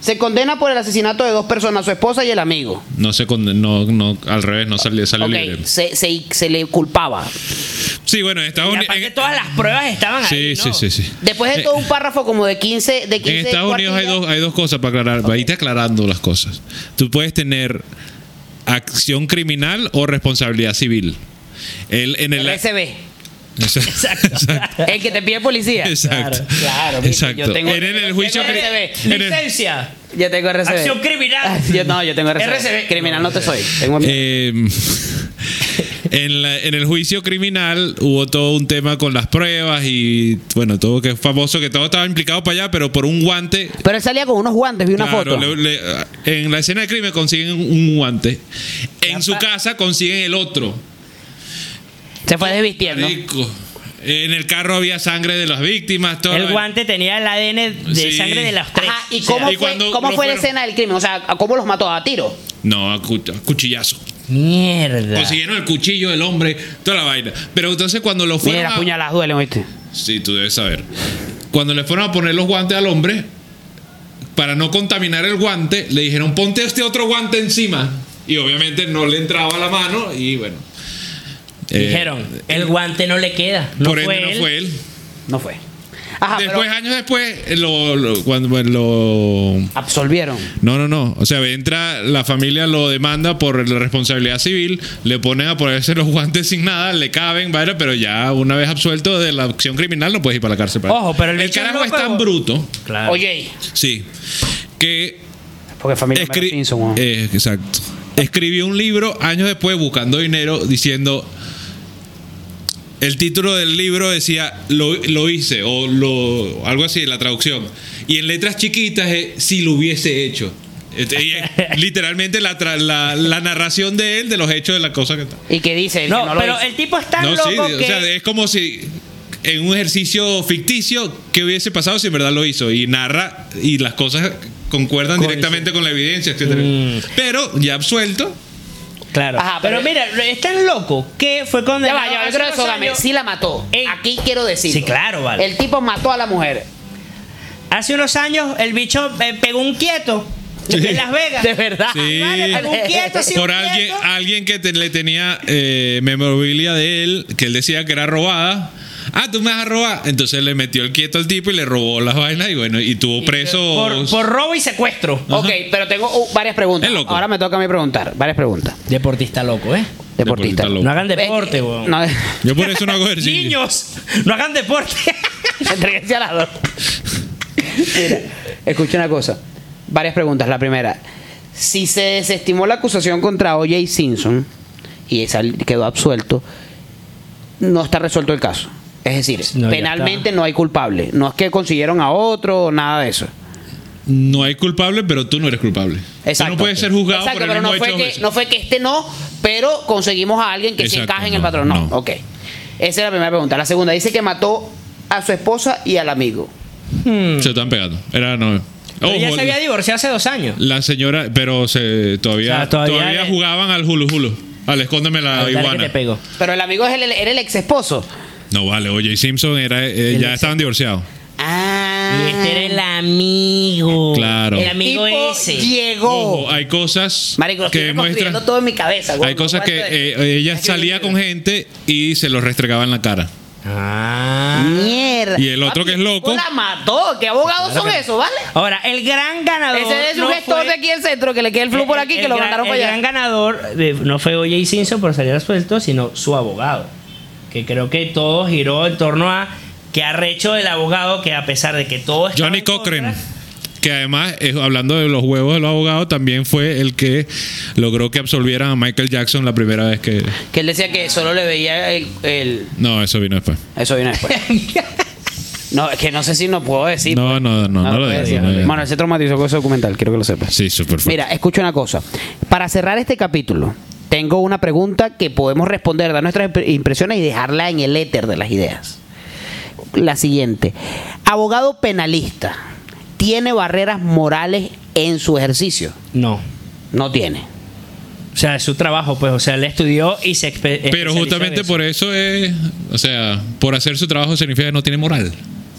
Speaker 2: Se condena por el asesinato de dos personas, su esposa y el amigo.
Speaker 4: No sé, con- no, no, al revés, no salió, salió
Speaker 2: Ok,
Speaker 4: libre.
Speaker 2: se, se- se le culpaba.
Speaker 4: Sí, bueno, en Estados
Speaker 3: Y
Speaker 4: Unidos.
Speaker 3: aparte, todas las pruebas estaban ahí.
Speaker 4: Sí,
Speaker 3: ¿no?
Speaker 4: eh, sí, sí, sí.
Speaker 2: Después de
Speaker 4: Eh,
Speaker 2: todo un párrafo como de 15... De 15
Speaker 4: En Estados Unidos hay
Speaker 2: cuartillas.
Speaker 4: dos, hay dos cosas para aclarar, para irte aclarando las cosas. Tú puedes tener acción criminal o responsabilidad civil. El, en el,
Speaker 2: El SB, [LAUGHS]
Speaker 4: [LAUGHS] Exacto. Exacto.
Speaker 2: el que te pide policía.
Speaker 4: [LAUGHS] Exacto.
Speaker 2: claro, viste,
Speaker 4: Exacto.
Speaker 2: yo tengo-
Speaker 4: en el,
Speaker 2: yo
Speaker 4: juicio
Speaker 2: tengo
Speaker 4: cri-
Speaker 2: RCB.
Speaker 4: en el-
Speaker 3: Licencia.
Speaker 2: Yo tengo RCB.
Speaker 3: Acción criminal.
Speaker 2: Yo, no, yo tengo RCB.
Speaker 3: RCB.
Speaker 2: Criminal no te soy. Tengo
Speaker 4: Eh, [LAUGHS] en, la- en el juicio criminal hubo todo un tema con las pruebas y bueno, todo que es famoso, que todo estaba implicado para allá, pero por un guante.
Speaker 2: Pero él salía con unos guantes, vi una
Speaker 4: claro,
Speaker 2: foto.
Speaker 4: le- le- en la escena de crimen consiguen un guante. En su
Speaker 3: pa-
Speaker 4: casa consiguen el otro.
Speaker 2: Se fue desvistiendo.
Speaker 4: Rico. En el carro había sangre de las víctimas. Todo
Speaker 3: El guante tenía el ADN de
Speaker 4: Sí.
Speaker 3: sangre de los tres.
Speaker 2: Ajá, ¿y
Speaker 3: O sea,
Speaker 2: cómo
Speaker 4: y
Speaker 2: fue,
Speaker 4: cuando
Speaker 2: cómo
Speaker 4: lo
Speaker 2: fue la
Speaker 4: fueron-
Speaker 2: escena del crimen? O sea, ¿cómo los mató? ¿A tiro?
Speaker 4: No, a cu- a cuchillazo.
Speaker 3: Mierda.
Speaker 4: Consiguieron el cuchillo del hombre, toda la vaina. Pero entonces cuando lo fueron.
Speaker 2: Mira,
Speaker 4: a-
Speaker 2: las puñaladas duelen, ¿oíste?
Speaker 4: Sí, tú debes saber. Cuando le fueron a poner los guantes al hombre, para no contaminar el guante, le dijeron, ponte este otro guante encima. Y obviamente no le entraba la mano y bueno. Eh,
Speaker 3: Dijeron, el guante no le queda. No
Speaker 4: por
Speaker 3: fue
Speaker 4: ende
Speaker 3: él.
Speaker 4: no fue él.
Speaker 2: No fue. Ajá,
Speaker 4: después,
Speaker 2: Ah, pero
Speaker 4: años después, eh, lo, lo- cuando bueno, lo...
Speaker 2: absolvieron.
Speaker 4: No, no, no. O sea, entra la familia, lo demanda por la responsabilidad civil, le ponen a ponerse los guantes sin nada, le caben, vaina, pero ya una vez absuelto de la acción criminal no puedes ir para la cárcel. ¿vale?
Speaker 3: Ojo, pero el
Speaker 4: el
Speaker 3: bicho es
Speaker 4: carajo es
Speaker 3: loco,
Speaker 4: tan
Speaker 3: ¿o?
Speaker 4: bruto.
Speaker 3: Claro.
Speaker 2: Oye,
Speaker 4: Sí. Que
Speaker 2: porque familia Homero
Speaker 4: escri-
Speaker 2: Simpson, weón.
Speaker 4: eh, exacto. Escribió un libro años después buscando dinero diciendo el título del libro decía lo, lo hice o lo algo así la traducción y en letras chiquitas es, si lo hubiese hecho Este, y es literalmente la, tra- la, la narración de él de los hechos de la cosa que está
Speaker 2: Y que dice, el que
Speaker 3: No,
Speaker 2: no lo
Speaker 3: pero
Speaker 2: hizo.
Speaker 3: el tipo es tan
Speaker 4: no
Speaker 3: loco
Speaker 4: sí
Speaker 3: que...
Speaker 4: o sea es como si en un ejercicio ficticio que hubiese pasado si en verdad lo hizo y narra y las cosas concuerdan
Speaker 3: Con-
Speaker 4: directamente con la evidencia etcétera
Speaker 3: Mm.
Speaker 4: pero ya absuelto
Speaker 3: Claro.
Speaker 2: Ajá,
Speaker 3: pero,
Speaker 2: pero-
Speaker 3: mira, es tan loco que fue
Speaker 2: Ya
Speaker 3: condenado.
Speaker 2: va, ya va,
Speaker 3: hace
Speaker 2: yo creo que
Speaker 3: unos
Speaker 2: Sodame
Speaker 3: años-
Speaker 2: sí la mató.
Speaker 3: Ey.
Speaker 2: Aquí quiero decir.
Speaker 3: Sí, claro, vale.
Speaker 2: El tipo mató a la mujer.
Speaker 3: Hace unos años el bicho eh, pegó un quieto en Las Vegas. Ah,
Speaker 2: De verdad.
Speaker 4: Sí.
Speaker 3: Vale, pegó un quieto, sí,
Speaker 4: por
Speaker 3: un
Speaker 4: alguien, ah,
Speaker 3: quieto.
Speaker 4: alguien que te- le tenía eh, memorabilia de él, que él decía que era robada. Ah, tú me vas a robar. Entonces le metió el quieto al tipo y le robó las vainas y bueno, y tuvo preso.
Speaker 3: Por, por robo y secuestro.
Speaker 2: Ok, pero tengo uh, varias preguntas.
Speaker 4: Es loco.
Speaker 2: Ahora me toca a mí preguntar. Varias preguntas.
Speaker 3: Deportista loco, ¿eh?
Speaker 2: Deportista.
Speaker 4: Deportista loco.
Speaker 3: No hagan
Speaker 2: Eh,
Speaker 3: deporte,
Speaker 2: eh,
Speaker 3: weón.
Speaker 2: no,
Speaker 4: Yo por eso no
Speaker 3: [LAUGHS]
Speaker 4: hago ejercicio.
Speaker 3: Niños, no hagan deporte. [LAUGHS]
Speaker 2: Entréguense a las dos. Mira, escucha una cosa. Varias preguntas. La primera, si se desestimó la acusación contra O.J. Simpson y sal- quedó absuelto, no está resuelto el caso. Es decir,
Speaker 3: No, ya
Speaker 2: penalmente no hay culpable. No es que consiguieron a otro o nada de eso.
Speaker 4: No hay culpable, pero tú no eres culpable. Tú
Speaker 2: Exacto.
Speaker 4: no puedes ser juzgado
Speaker 2: Exacto,
Speaker 4: por el
Speaker 2: pero
Speaker 4: mismo
Speaker 2: no fue,
Speaker 4: hecho.
Speaker 2: que, no fue que este no, pero conseguimos a alguien que se
Speaker 4: Exacto,
Speaker 2: encaje en el
Speaker 4: no,
Speaker 2: patrón. No,
Speaker 4: no.
Speaker 2: ok. Esa es la primera pregunta. La segunda, dice que mató a su esposa y al amigo.
Speaker 4: Se están pegando. Era no.
Speaker 3: Pero ya
Speaker 4: Ojo,
Speaker 3: se había divorciado hace dos años.
Speaker 4: la señora, pero se, todavía,
Speaker 3: O sea, todavía
Speaker 4: todavía,
Speaker 3: le-
Speaker 4: jugaban al hulu hulu. Al escóndeme la
Speaker 3: Dale que te
Speaker 4: iguana.
Speaker 3: pegó.
Speaker 2: Pero el amigo es el, era el ex esposo.
Speaker 4: No vale, oye, y Simpson era, eh,
Speaker 3: El
Speaker 4: ya
Speaker 3: ex-
Speaker 4: estaban divorciados.
Speaker 2: Ah.
Speaker 3: Y este era el amigo.
Speaker 4: Claro.
Speaker 3: El amigo
Speaker 2: tipo
Speaker 3: ese.
Speaker 2: Llegó.
Speaker 4: Ojo, hay cosas
Speaker 2: [LAUGHS] Marico, lo
Speaker 4: que
Speaker 2: estoy
Speaker 4: demuestran.
Speaker 2: construyendo todo en mi cabeza. güey.
Speaker 4: Hay cosas que
Speaker 2: ¿Cuánto es?
Speaker 4: eh, ella
Speaker 2: Hay que
Speaker 4: salía con
Speaker 2: vivirlo.
Speaker 4: gente y se los restregaba en la cara.
Speaker 3: Ah.
Speaker 4: Mm.
Speaker 2: Mierda.
Speaker 4: Y el otro que es loco.
Speaker 2: La mató. ¿Qué abogados son esos, vale?
Speaker 3: Ahora, el gran ganador.
Speaker 2: Ese es un
Speaker 3: no
Speaker 2: gestor
Speaker 3: fue-
Speaker 2: de aquí del centro que le queda el flu por
Speaker 3: el-
Speaker 2: aquí
Speaker 3: el
Speaker 2: que lo
Speaker 3: gran-
Speaker 2: mandaron para
Speaker 3: El
Speaker 2: allá.
Speaker 3: gran ganador de- no fue OJ Simpson por salir suelto, sino su abogado. Que creo que todo giró en torno a que arrecho el abogado que a pesar de que todo estaba
Speaker 4: Johnny
Speaker 3: en contra,
Speaker 4: Cochran. Que además, eh, hablando de los huevos de los abogados, también fue el que logró que absolvieran a Michael Jackson la primera vez que.
Speaker 2: Que él decía que solo le veía el. el-
Speaker 4: No, eso vino después.
Speaker 2: Eso vino
Speaker 3: [LAUGHS]
Speaker 2: después. no, es que no sé si no puedo decir.
Speaker 4: No, no, no, no,
Speaker 2: Ah,
Speaker 4: lo
Speaker 2: puedo
Speaker 4: digas.
Speaker 2: decir.
Speaker 4: no lo digas.
Speaker 2: Bueno, ese traumatizó con ese documental, quiero que lo sepas.
Speaker 4: Sí, súper fuerte.
Speaker 2: Mira, eh, escucha una cosa. Para cerrar este capítulo, tengo una pregunta que podemos responder, dar nuestras impre- impresiones y dejarla en el éter de las ideas. La siguiente. Abogado penalista, ¿tiene barreras morales en su ejercicio?
Speaker 3: No.
Speaker 2: No tiene.
Speaker 3: O sea, es su trabajo, pues. O sea, él estudió y se espe-
Speaker 4: Pero
Speaker 3: especializó en
Speaker 4: justamente
Speaker 3: eso.
Speaker 4: por eso es. O sea, por hacer su trabajo significa que no tiene moral.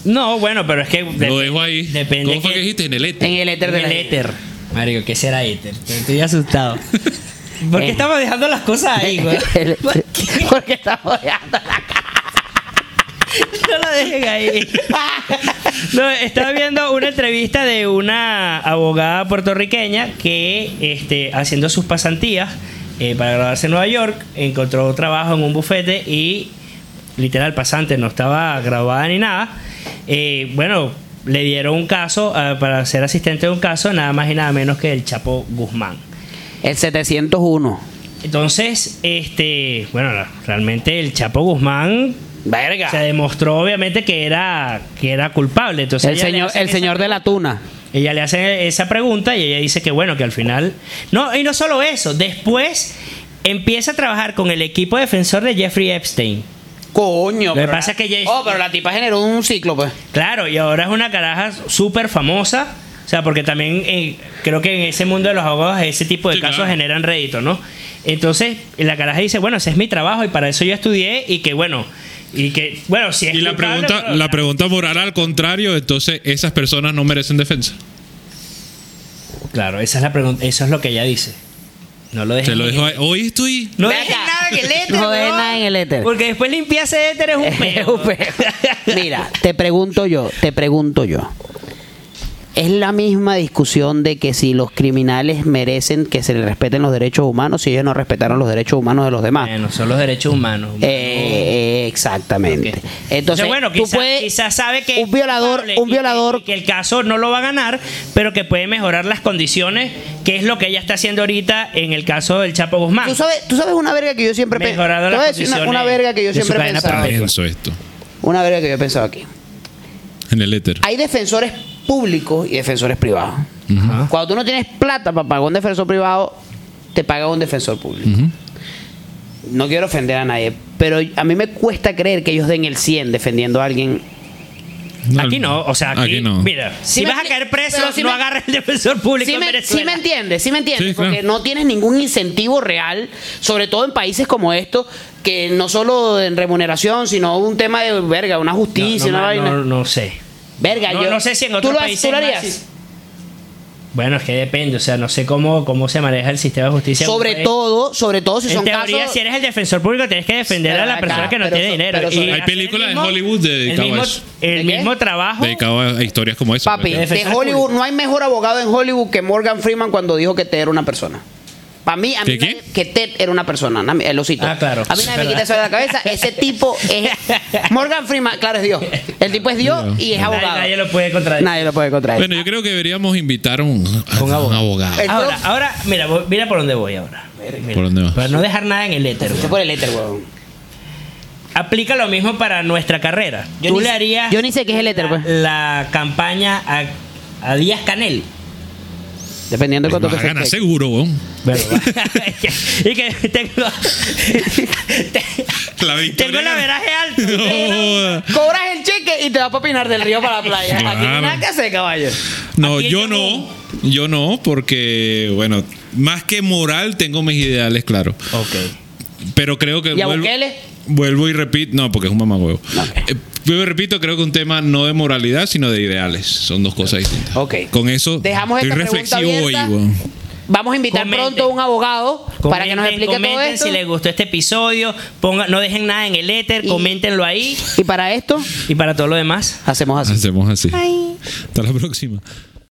Speaker 3: No, bueno, pero es que.
Speaker 4: lo
Speaker 3: dep-
Speaker 4: dejo ahí.
Speaker 3: Depende.
Speaker 4: ¿Cómo fue que
Speaker 3: que-
Speaker 4: dijiste? En el éter.
Speaker 2: En el éter
Speaker 3: en
Speaker 2: de
Speaker 3: el
Speaker 2: las ideas.
Speaker 3: éter. Marico, ¿qué será éter? Estoy asustado. [LAUGHS] ¿Por
Speaker 2: Eh.
Speaker 3: qué estamos dejando las
Speaker 2: [LAUGHS]
Speaker 3: cosas ahí, [LAUGHS] güey?
Speaker 2: El-
Speaker 3: ¿Por qué?
Speaker 2: Porque estamos dejando la
Speaker 3: No lo dejen ahí. No, estaba viendo una entrevista de una abogada puertorriqueña que, este, haciendo sus pasantías eh, para graduarse en Nueva York, encontró trabajo en un bufete y, literal, pasante, no estaba graduada ni nada. Eh, bueno, le dieron un caso ah, para ser asistente de un caso, nada más y nada menos que el Chapo Guzmán.
Speaker 2: El 701.
Speaker 3: Entonces, este, bueno, realmente el Chapo Guzmán
Speaker 2: Verga.
Speaker 3: se demostró obviamente que era que era culpable entonces
Speaker 2: el
Speaker 3: ella le
Speaker 2: señor,
Speaker 3: hace
Speaker 2: el
Speaker 3: esa-
Speaker 2: señor de la tuna.
Speaker 3: ella le hace esa pregunta y ella dice que bueno que al final no y no solo eso después empieza a trabajar con el equipo defensor de Jeffrey Epstein
Speaker 2: Coño.
Speaker 3: Lo que
Speaker 2: pero
Speaker 3: pasa
Speaker 2: la-
Speaker 3: es que ya-
Speaker 2: Oh, pero la tipa generó un ciclo, pues.
Speaker 3: Claro, y ahora es una caraja súper famosa. O sea, porque también eh, creo que en ese mundo de los abogados ese tipo de
Speaker 4: Sí,
Speaker 3: casos
Speaker 4: claro.
Speaker 3: generan rédito, ¿no? Entonces, la caraja dice, bueno, ese es mi trabajo y para eso yo estudié y que bueno, y que bueno, si es
Speaker 4: Y la
Speaker 3: culpable,
Speaker 4: pregunta,
Speaker 3: bueno,
Speaker 4: la pregunta moral al contrario, entonces esas personas no merecen defensa.
Speaker 3: Claro, esa es la pregunta, eso es lo que ella dice. No lo dejes.
Speaker 4: Te lo
Speaker 3: en-
Speaker 4: dejo ahí. Hoy estoy.
Speaker 3: No
Speaker 2: Ve
Speaker 3: dejes
Speaker 2: acá.
Speaker 3: nada en el éter.
Speaker 2: No dejes
Speaker 3: weón,
Speaker 2: nada en el éter.
Speaker 3: Porque después limpiarse de éter es un
Speaker 2: [LAUGHS] Es
Speaker 3: peo.
Speaker 2: Eh, un
Speaker 3: [LAUGHS]
Speaker 2: peo. Mira, te pregunto yo, te pregunto yo. Es la misma discusión de que si los criminales merecen que se les respeten los derechos humanos, si ellos no respetaron los derechos humanos de los demás.
Speaker 3: Bueno, son los derechos humanos.
Speaker 2: Eh, eh, exactamente.
Speaker 3: Ok.
Speaker 2: Entonces,
Speaker 3: Entonces, bueno,
Speaker 2: tú
Speaker 3: quizás
Speaker 2: puedes-
Speaker 3: sabe que
Speaker 2: un violador,
Speaker 3: es culpable
Speaker 2: un
Speaker 3: y que-
Speaker 2: violador
Speaker 3: y que, el caso no lo va a ganar, pero que puede mejorar las condiciones, que es lo que ella está haciendo ahorita en el caso del Chapo Guzmán.
Speaker 2: ¿Tú sabes, tú sabes una verga que yo siempre pe-
Speaker 3: Mejorando
Speaker 2: te voy a
Speaker 3: las
Speaker 2: decir una,
Speaker 3: condiciones
Speaker 2: una verga que yo
Speaker 3: de su
Speaker 2: siempre he
Speaker 3: cadena
Speaker 2: pensado.
Speaker 3: perpetua.
Speaker 4: Pienso esto.
Speaker 2: Una verga que yo he pensado aquí.
Speaker 4: En el éter.
Speaker 2: Hay defensores públicos y defensores privados.
Speaker 3: ¿Ah?
Speaker 2: Cuando tú no tienes plata para pagar un defensor privado, te paga un defensor
Speaker 3: Mm.
Speaker 2: público.
Speaker 4: Ujú.
Speaker 2: No quiero ofender a nadie, pero a mí me cuesta creer que ellos den el 100 defendiendo a alguien.
Speaker 3: Aquí no, o sea, aquí,
Speaker 4: Aquí no.
Speaker 3: mira,
Speaker 2: Sí
Speaker 3: si
Speaker 2: me
Speaker 3: vas a
Speaker 2: enti-
Speaker 3: caer preso,
Speaker 2: pero sí
Speaker 3: no
Speaker 2: me-
Speaker 3: agarres el defensor público
Speaker 2: Sí
Speaker 3: en
Speaker 2: me, sí
Speaker 3: Venezuela.
Speaker 2: me entiendes, sí me entiendes,
Speaker 4: Sí, claro.
Speaker 2: porque no tienes ningún incentivo real, sobre todo en países como estos, que no solo en remuneración, sino un tema de verga, una
Speaker 3: no,
Speaker 2: justicia,
Speaker 3: no,
Speaker 2: una vaina.
Speaker 3: no, no sé.
Speaker 2: Verga,
Speaker 3: no,
Speaker 2: yo
Speaker 3: no sé si en
Speaker 2: ¿tú
Speaker 3: otros
Speaker 2: lo ha-
Speaker 3: países
Speaker 2: ¿Tú lo
Speaker 3: más
Speaker 2: harías?
Speaker 3: sí. Bueno, es que depende, o sea, no sé cómo, cómo se maneja el sistema de justicia. en un
Speaker 2: sobre
Speaker 3: país.
Speaker 2: todo, sobre todo si
Speaker 3: en
Speaker 2: son
Speaker 3: teoría,
Speaker 2: casos.
Speaker 3: si eres el defensor público, tienes que defender
Speaker 2: Pero
Speaker 3: a la
Speaker 2: acá,
Speaker 3: persona que no
Speaker 2: pero
Speaker 3: tiene
Speaker 2: so-
Speaker 3: dinero.
Speaker 2: pero
Speaker 3: Y
Speaker 2: so-
Speaker 4: Hay
Speaker 3: hacer
Speaker 4: películas
Speaker 3: el
Speaker 4: de Hollywood dedicadas
Speaker 3: el
Speaker 4: a
Speaker 3: mismo,
Speaker 4: eso.
Speaker 3: el
Speaker 2: ¿De qué?
Speaker 3: mismo trabajo.
Speaker 4: Dedicado a historias como esa.
Speaker 2: Papi,
Speaker 4: pues.
Speaker 2: de
Speaker 3: defensor
Speaker 2: Hollywood
Speaker 3: público.
Speaker 2: no hay mejor abogado en Hollywood que Morgan Freeman cuando dijo que Ted era una persona. Para mí, a mí
Speaker 4: ¿Que quién?
Speaker 2: nadie- que Ted era una persona, na- el osito.
Speaker 3: Ah, claro.
Speaker 2: A mí nadie me
Speaker 3: Verdad.
Speaker 2: quita eso de la cabeza. Ese tipo
Speaker 3: [LAUGHS]
Speaker 2: es. Morgan Freeman, claro, es Dios. El tipo es Dios y es
Speaker 3: Nadie-
Speaker 2: abogado.
Speaker 3: nadie lo puede contradecir.
Speaker 2: Nadie lo puede contraer.
Speaker 4: Bueno, yo creo que deberíamos invitar a un, a un
Speaker 3: Un abogado.
Speaker 4: abogado.
Speaker 2: eh, El
Speaker 3: Ahora,
Speaker 2: prof-
Speaker 3: ahora, mira, voy- mira por dónde voy ahora. Mira,
Speaker 4: ¿Por dónde vas?
Speaker 3: Para no dejar nada en el éter.
Speaker 2: Fue
Speaker 3: güey.
Speaker 2: por el éter, weón.
Speaker 3: Aplica lo mismo para nuestra carrera.
Speaker 2: Yo
Speaker 3: Tú
Speaker 2: ni-
Speaker 3: le harías
Speaker 2: yo ni sé qué es el éter,
Speaker 3: la,
Speaker 2: pues.
Speaker 3: la campaña a, a Díaz Canel.
Speaker 2: Dependiendo de cuánto
Speaker 4: Vas a
Speaker 2: que
Speaker 4: ganar
Speaker 2: se
Speaker 4: seguro, weón.
Speaker 2: [LAUGHS]
Speaker 3: y que tengo, te-
Speaker 4: La victoria.
Speaker 3: tengo
Speaker 4: [LAUGHS]
Speaker 3: el averaje alto.
Speaker 4: No joda.
Speaker 2: Cobras el cheque y te vas a opinar del río para la playa. Aquí no hay
Speaker 4: Claro.
Speaker 2: nada que hacer, caballo.
Speaker 4: No,
Speaker 3: Aquí
Speaker 4: yo
Speaker 3: yo
Speaker 4: no. Yo no, porque, bueno, más que moral, tengo mis ideales, claro.
Speaker 3: Ok.
Speaker 4: Pero creo que.
Speaker 2: ¿Y a
Speaker 4: vuelvo-
Speaker 2: Bukele?
Speaker 4: Vuelvo y repito. No, porque es un mamagüevo. Eh, Vuelvo y repito, creo que un tema no de moralidad, sino de ideales. Son dos cosas distintas.
Speaker 2: Ok.
Speaker 4: Con eso.
Speaker 2: Dejamos
Speaker 4: estoy
Speaker 2: esta pregunta
Speaker 4: reflexivo hoy,
Speaker 2: abierta.
Speaker 4: weón.
Speaker 2: Vamos a invitar
Speaker 3: Comenten.
Speaker 2: pronto a un abogado para que nos
Speaker 3: Comenten,
Speaker 2: explique todo
Speaker 3: comenten
Speaker 2: esto.
Speaker 3: si les gustó este episodio. Ponga, no dejen nada en el éter,
Speaker 2: Y-
Speaker 3: coméntenlo ahí.
Speaker 2: Y para esto,
Speaker 3: Y para todo lo demás.
Speaker 2: hacemos así.
Speaker 4: Hacemos así. Hasta la próxima.